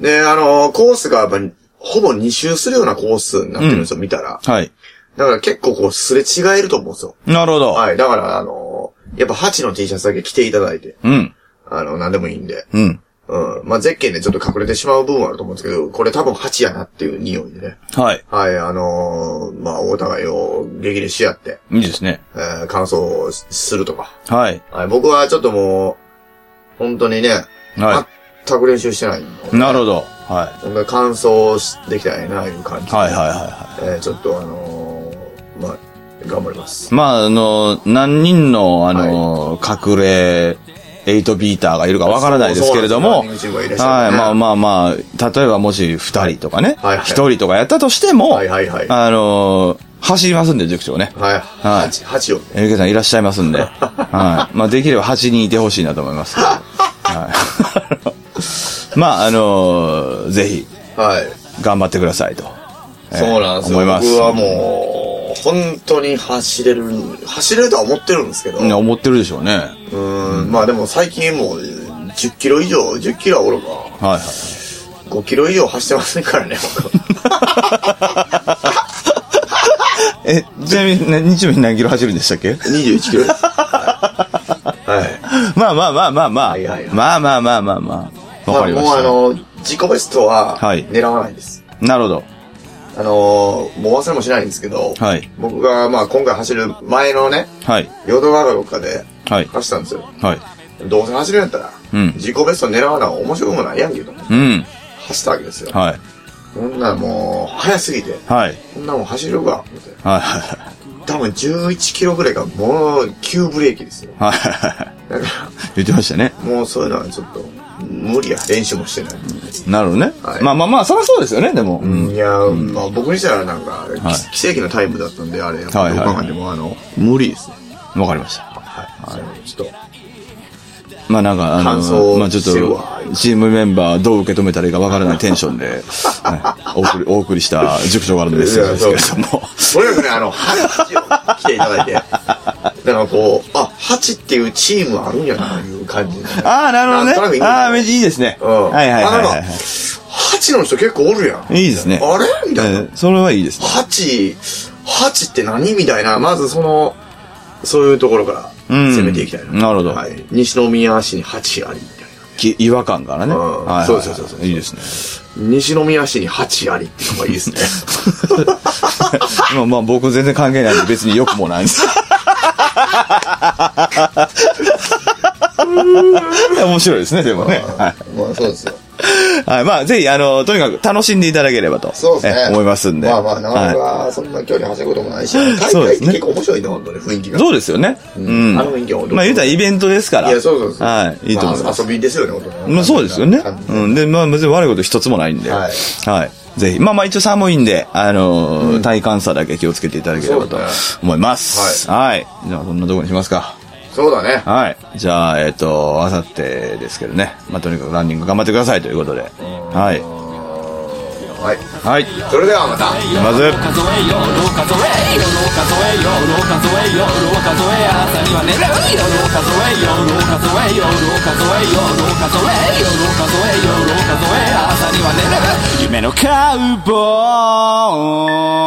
Speaker 3: い。で、あの、コースがやっぱり、ほぼ2周するようなコースになってるんですよ、見たら。
Speaker 2: ね。はい。
Speaker 3: だから結構こう、すれ違えると思うんですよ。
Speaker 2: なるほど。
Speaker 3: はい。だから、あの、やっぱ8の T シャツだけ着ていただいて、
Speaker 2: うん。
Speaker 3: あの、なんでもいいんで。
Speaker 2: うん。
Speaker 3: うん。まあ、ゼッケンでちょっと隠れてしまう部分はあると思うんですけど、これ多分8やなっていう匂いでね。
Speaker 2: はい。
Speaker 3: はい、あのまあ、お互いを激励し合って、
Speaker 2: いいですね。
Speaker 3: えー感想をするとか。
Speaker 2: はい。
Speaker 3: はい、僕はちょっともう、本当にね、
Speaker 2: は
Speaker 3: 全く練習してない
Speaker 2: い。
Speaker 3: の。
Speaker 2: なるほど。はい。
Speaker 3: ほんで感想しできたらええな、いう感じ。
Speaker 2: はいはいはいはい。
Speaker 3: えーちょっとあのーまあ、頑張ります。
Speaker 2: まあ、あの、何人の、あの、隠れ、エイトビーターがいるかわからないですけれども、は
Speaker 3: そう
Speaker 2: い
Speaker 3: なんですよランニングチームがいらっしゃるね
Speaker 2: まあまあまあ、例えばもし二人とかね
Speaker 3: はいはい、
Speaker 2: 一人とかやったとしても
Speaker 3: はい、はいはい。はい。
Speaker 2: あの、走りますんで、塾長ね。はい
Speaker 3: 8、八を。
Speaker 2: えりけさんいらっしゃいますん で、はい。まあ、できれば8人いてほしいなと思いますけど。はい。 まあ、あの、ぜひ、
Speaker 3: はい。
Speaker 2: 頑張ってくださいと。えー
Speaker 3: そうなんですよ。
Speaker 2: 思います。
Speaker 3: 僕はもう、本当に走れる、走れるとは思ってるんですけど、
Speaker 2: ね思ってるでしょうね。は
Speaker 3: うーん、まあでも最近もう、10キロ以上、10キロはおろか。
Speaker 2: いはい。
Speaker 3: 5キロ以上走ってませんからね、僕。
Speaker 2: え、ちなみにね、日曜日何キロ走るんでしたっけ
Speaker 3: 21キロです。はい。
Speaker 2: まあまあまあまあまあ。
Speaker 3: はいはいはい
Speaker 2: まあまあまあまあまあ。わかりまし
Speaker 3: もう
Speaker 2: た。
Speaker 3: あの、自己ベストは、
Speaker 2: はい
Speaker 3: 狙わないです。
Speaker 2: なるほど。
Speaker 3: あのー、もう忘れもしないんですけど、
Speaker 2: はい。
Speaker 3: 僕が、まあ今回走る前のね、
Speaker 2: はい。
Speaker 3: 淀川かどっかで
Speaker 2: はい。
Speaker 3: 走ったんですよ。
Speaker 2: はい。
Speaker 3: どうせ走るんやったら、
Speaker 2: うん
Speaker 3: 自己ベスト狙わな面白くもないやんけど、
Speaker 2: うん。
Speaker 3: 走ったわけですよ。
Speaker 2: はい。
Speaker 3: こんなんもう、速すぎて、
Speaker 2: はい。
Speaker 3: こんなもん走るか、思って。
Speaker 2: はい。は
Speaker 3: 多分11キロぐらいがもう急ブレーキですよ。
Speaker 2: い。はい。
Speaker 3: だか
Speaker 2: 言ってましたね。
Speaker 3: ら、もうそういうのはちょっと、無理や。練習もしてない。
Speaker 2: なるほどね。
Speaker 3: はい
Speaker 2: まあまあまあ、そりゃそうですよね、でも。うん。
Speaker 3: いやー、まあ僕にしたらなんか、
Speaker 2: い
Speaker 3: き奇跡のタイムだったんで、あれ、どう考
Speaker 2: はい
Speaker 3: えてもあの、無理ですね。
Speaker 2: わかりました。
Speaker 3: はい。ちょっと、
Speaker 2: まあなんか、あ
Speaker 3: 感想
Speaker 2: の、まあちょっ
Speaker 3: してるわ
Speaker 2: と、チームメンバーどう受け止めたらいいかわからないテンシ ョンで、はいお送り、お送りした塾長からのメッセージですけれども。
Speaker 3: とにかくね、あの、8を来ていただいて、 だからこう、あ、8っていうチームあるんやな、いう感じで。
Speaker 2: ああ、なるほど
Speaker 3: なんとなくいい
Speaker 2: ね。
Speaker 3: ですよ
Speaker 2: ああ、めっちゃいいですね。
Speaker 3: うん。
Speaker 2: はいはいはい
Speaker 3: あ
Speaker 2: は
Speaker 3: なん
Speaker 2: い
Speaker 3: か。8の人結構おるやん。
Speaker 2: いいですね。
Speaker 3: あれみたいな。
Speaker 2: えーそれはいいですね。
Speaker 3: 8、8って何みたいな、まずその、そういうところから
Speaker 2: うん
Speaker 3: 攻めていきたいな。
Speaker 2: なるほど
Speaker 3: はい。西宮市に8ありみたいな。
Speaker 2: き違和感からね。
Speaker 3: うん
Speaker 2: はいはいはい
Speaker 3: そうそうそうそう
Speaker 2: いいですね。
Speaker 3: 西宮市に8ありっていうのがいいですね。
Speaker 2: まあまあ僕全然関係ないんで別に良くもないん です。面白いですね、でもね。はい
Speaker 3: まあそうですよ。
Speaker 2: はい。まあ、ぜひ、あの、とにかく楽しんでいただければと。
Speaker 3: そうですね。
Speaker 2: え思いますんで。
Speaker 3: まあまあ、なかな
Speaker 2: は
Speaker 3: かそんな距離走ることもないし、大
Speaker 2: そう
Speaker 3: 会
Speaker 2: で
Speaker 3: っ
Speaker 2: す
Speaker 3: て
Speaker 2: ね
Speaker 3: 結構面白いね、本当に雰囲気
Speaker 2: い
Speaker 3: が。
Speaker 2: そうですよね。うん。
Speaker 3: あの雰囲気はどう
Speaker 2: まあ、言うたらイベントですから。
Speaker 3: いや、そうそうそう。
Speaker 2: はい。いいと思います。
Speaker 3: あ遊びですよね、本当に。
Speaker 2: まあ、そうですよね
Speaker 3: 完。全
Speaker 2: う
Speaker 3: に
Speaker 2: ん。で、まあ、別に悪いこと一つもないんで。
Speaker 3: はい
Speaker 2: はい。ぜひ。まあまあ、一応寒いんで、あのー体感差だけ気をつけていただければと
Speaker 3: そうで
Speaker 2: 思います。はい。じゃあ、こんなとこにしますか。
Speaker 3: そうだね。
Speaker 2: はい。じゃあ、えっ、と、あさってですけどね。まあ、とにかくランニング頑張ってくださいということで。はい。
Speaker 3: はい。
Speaker 2: はい。
Speaker 3: それではまた。
Speaker 2: まず、
Speaker 1: 数えよう数えよう数えよう数えよう数えよう数え朝には寝るよ数えよう数えよう数えよう数えよう数えよう数え朝には寝る夢のカウボーイ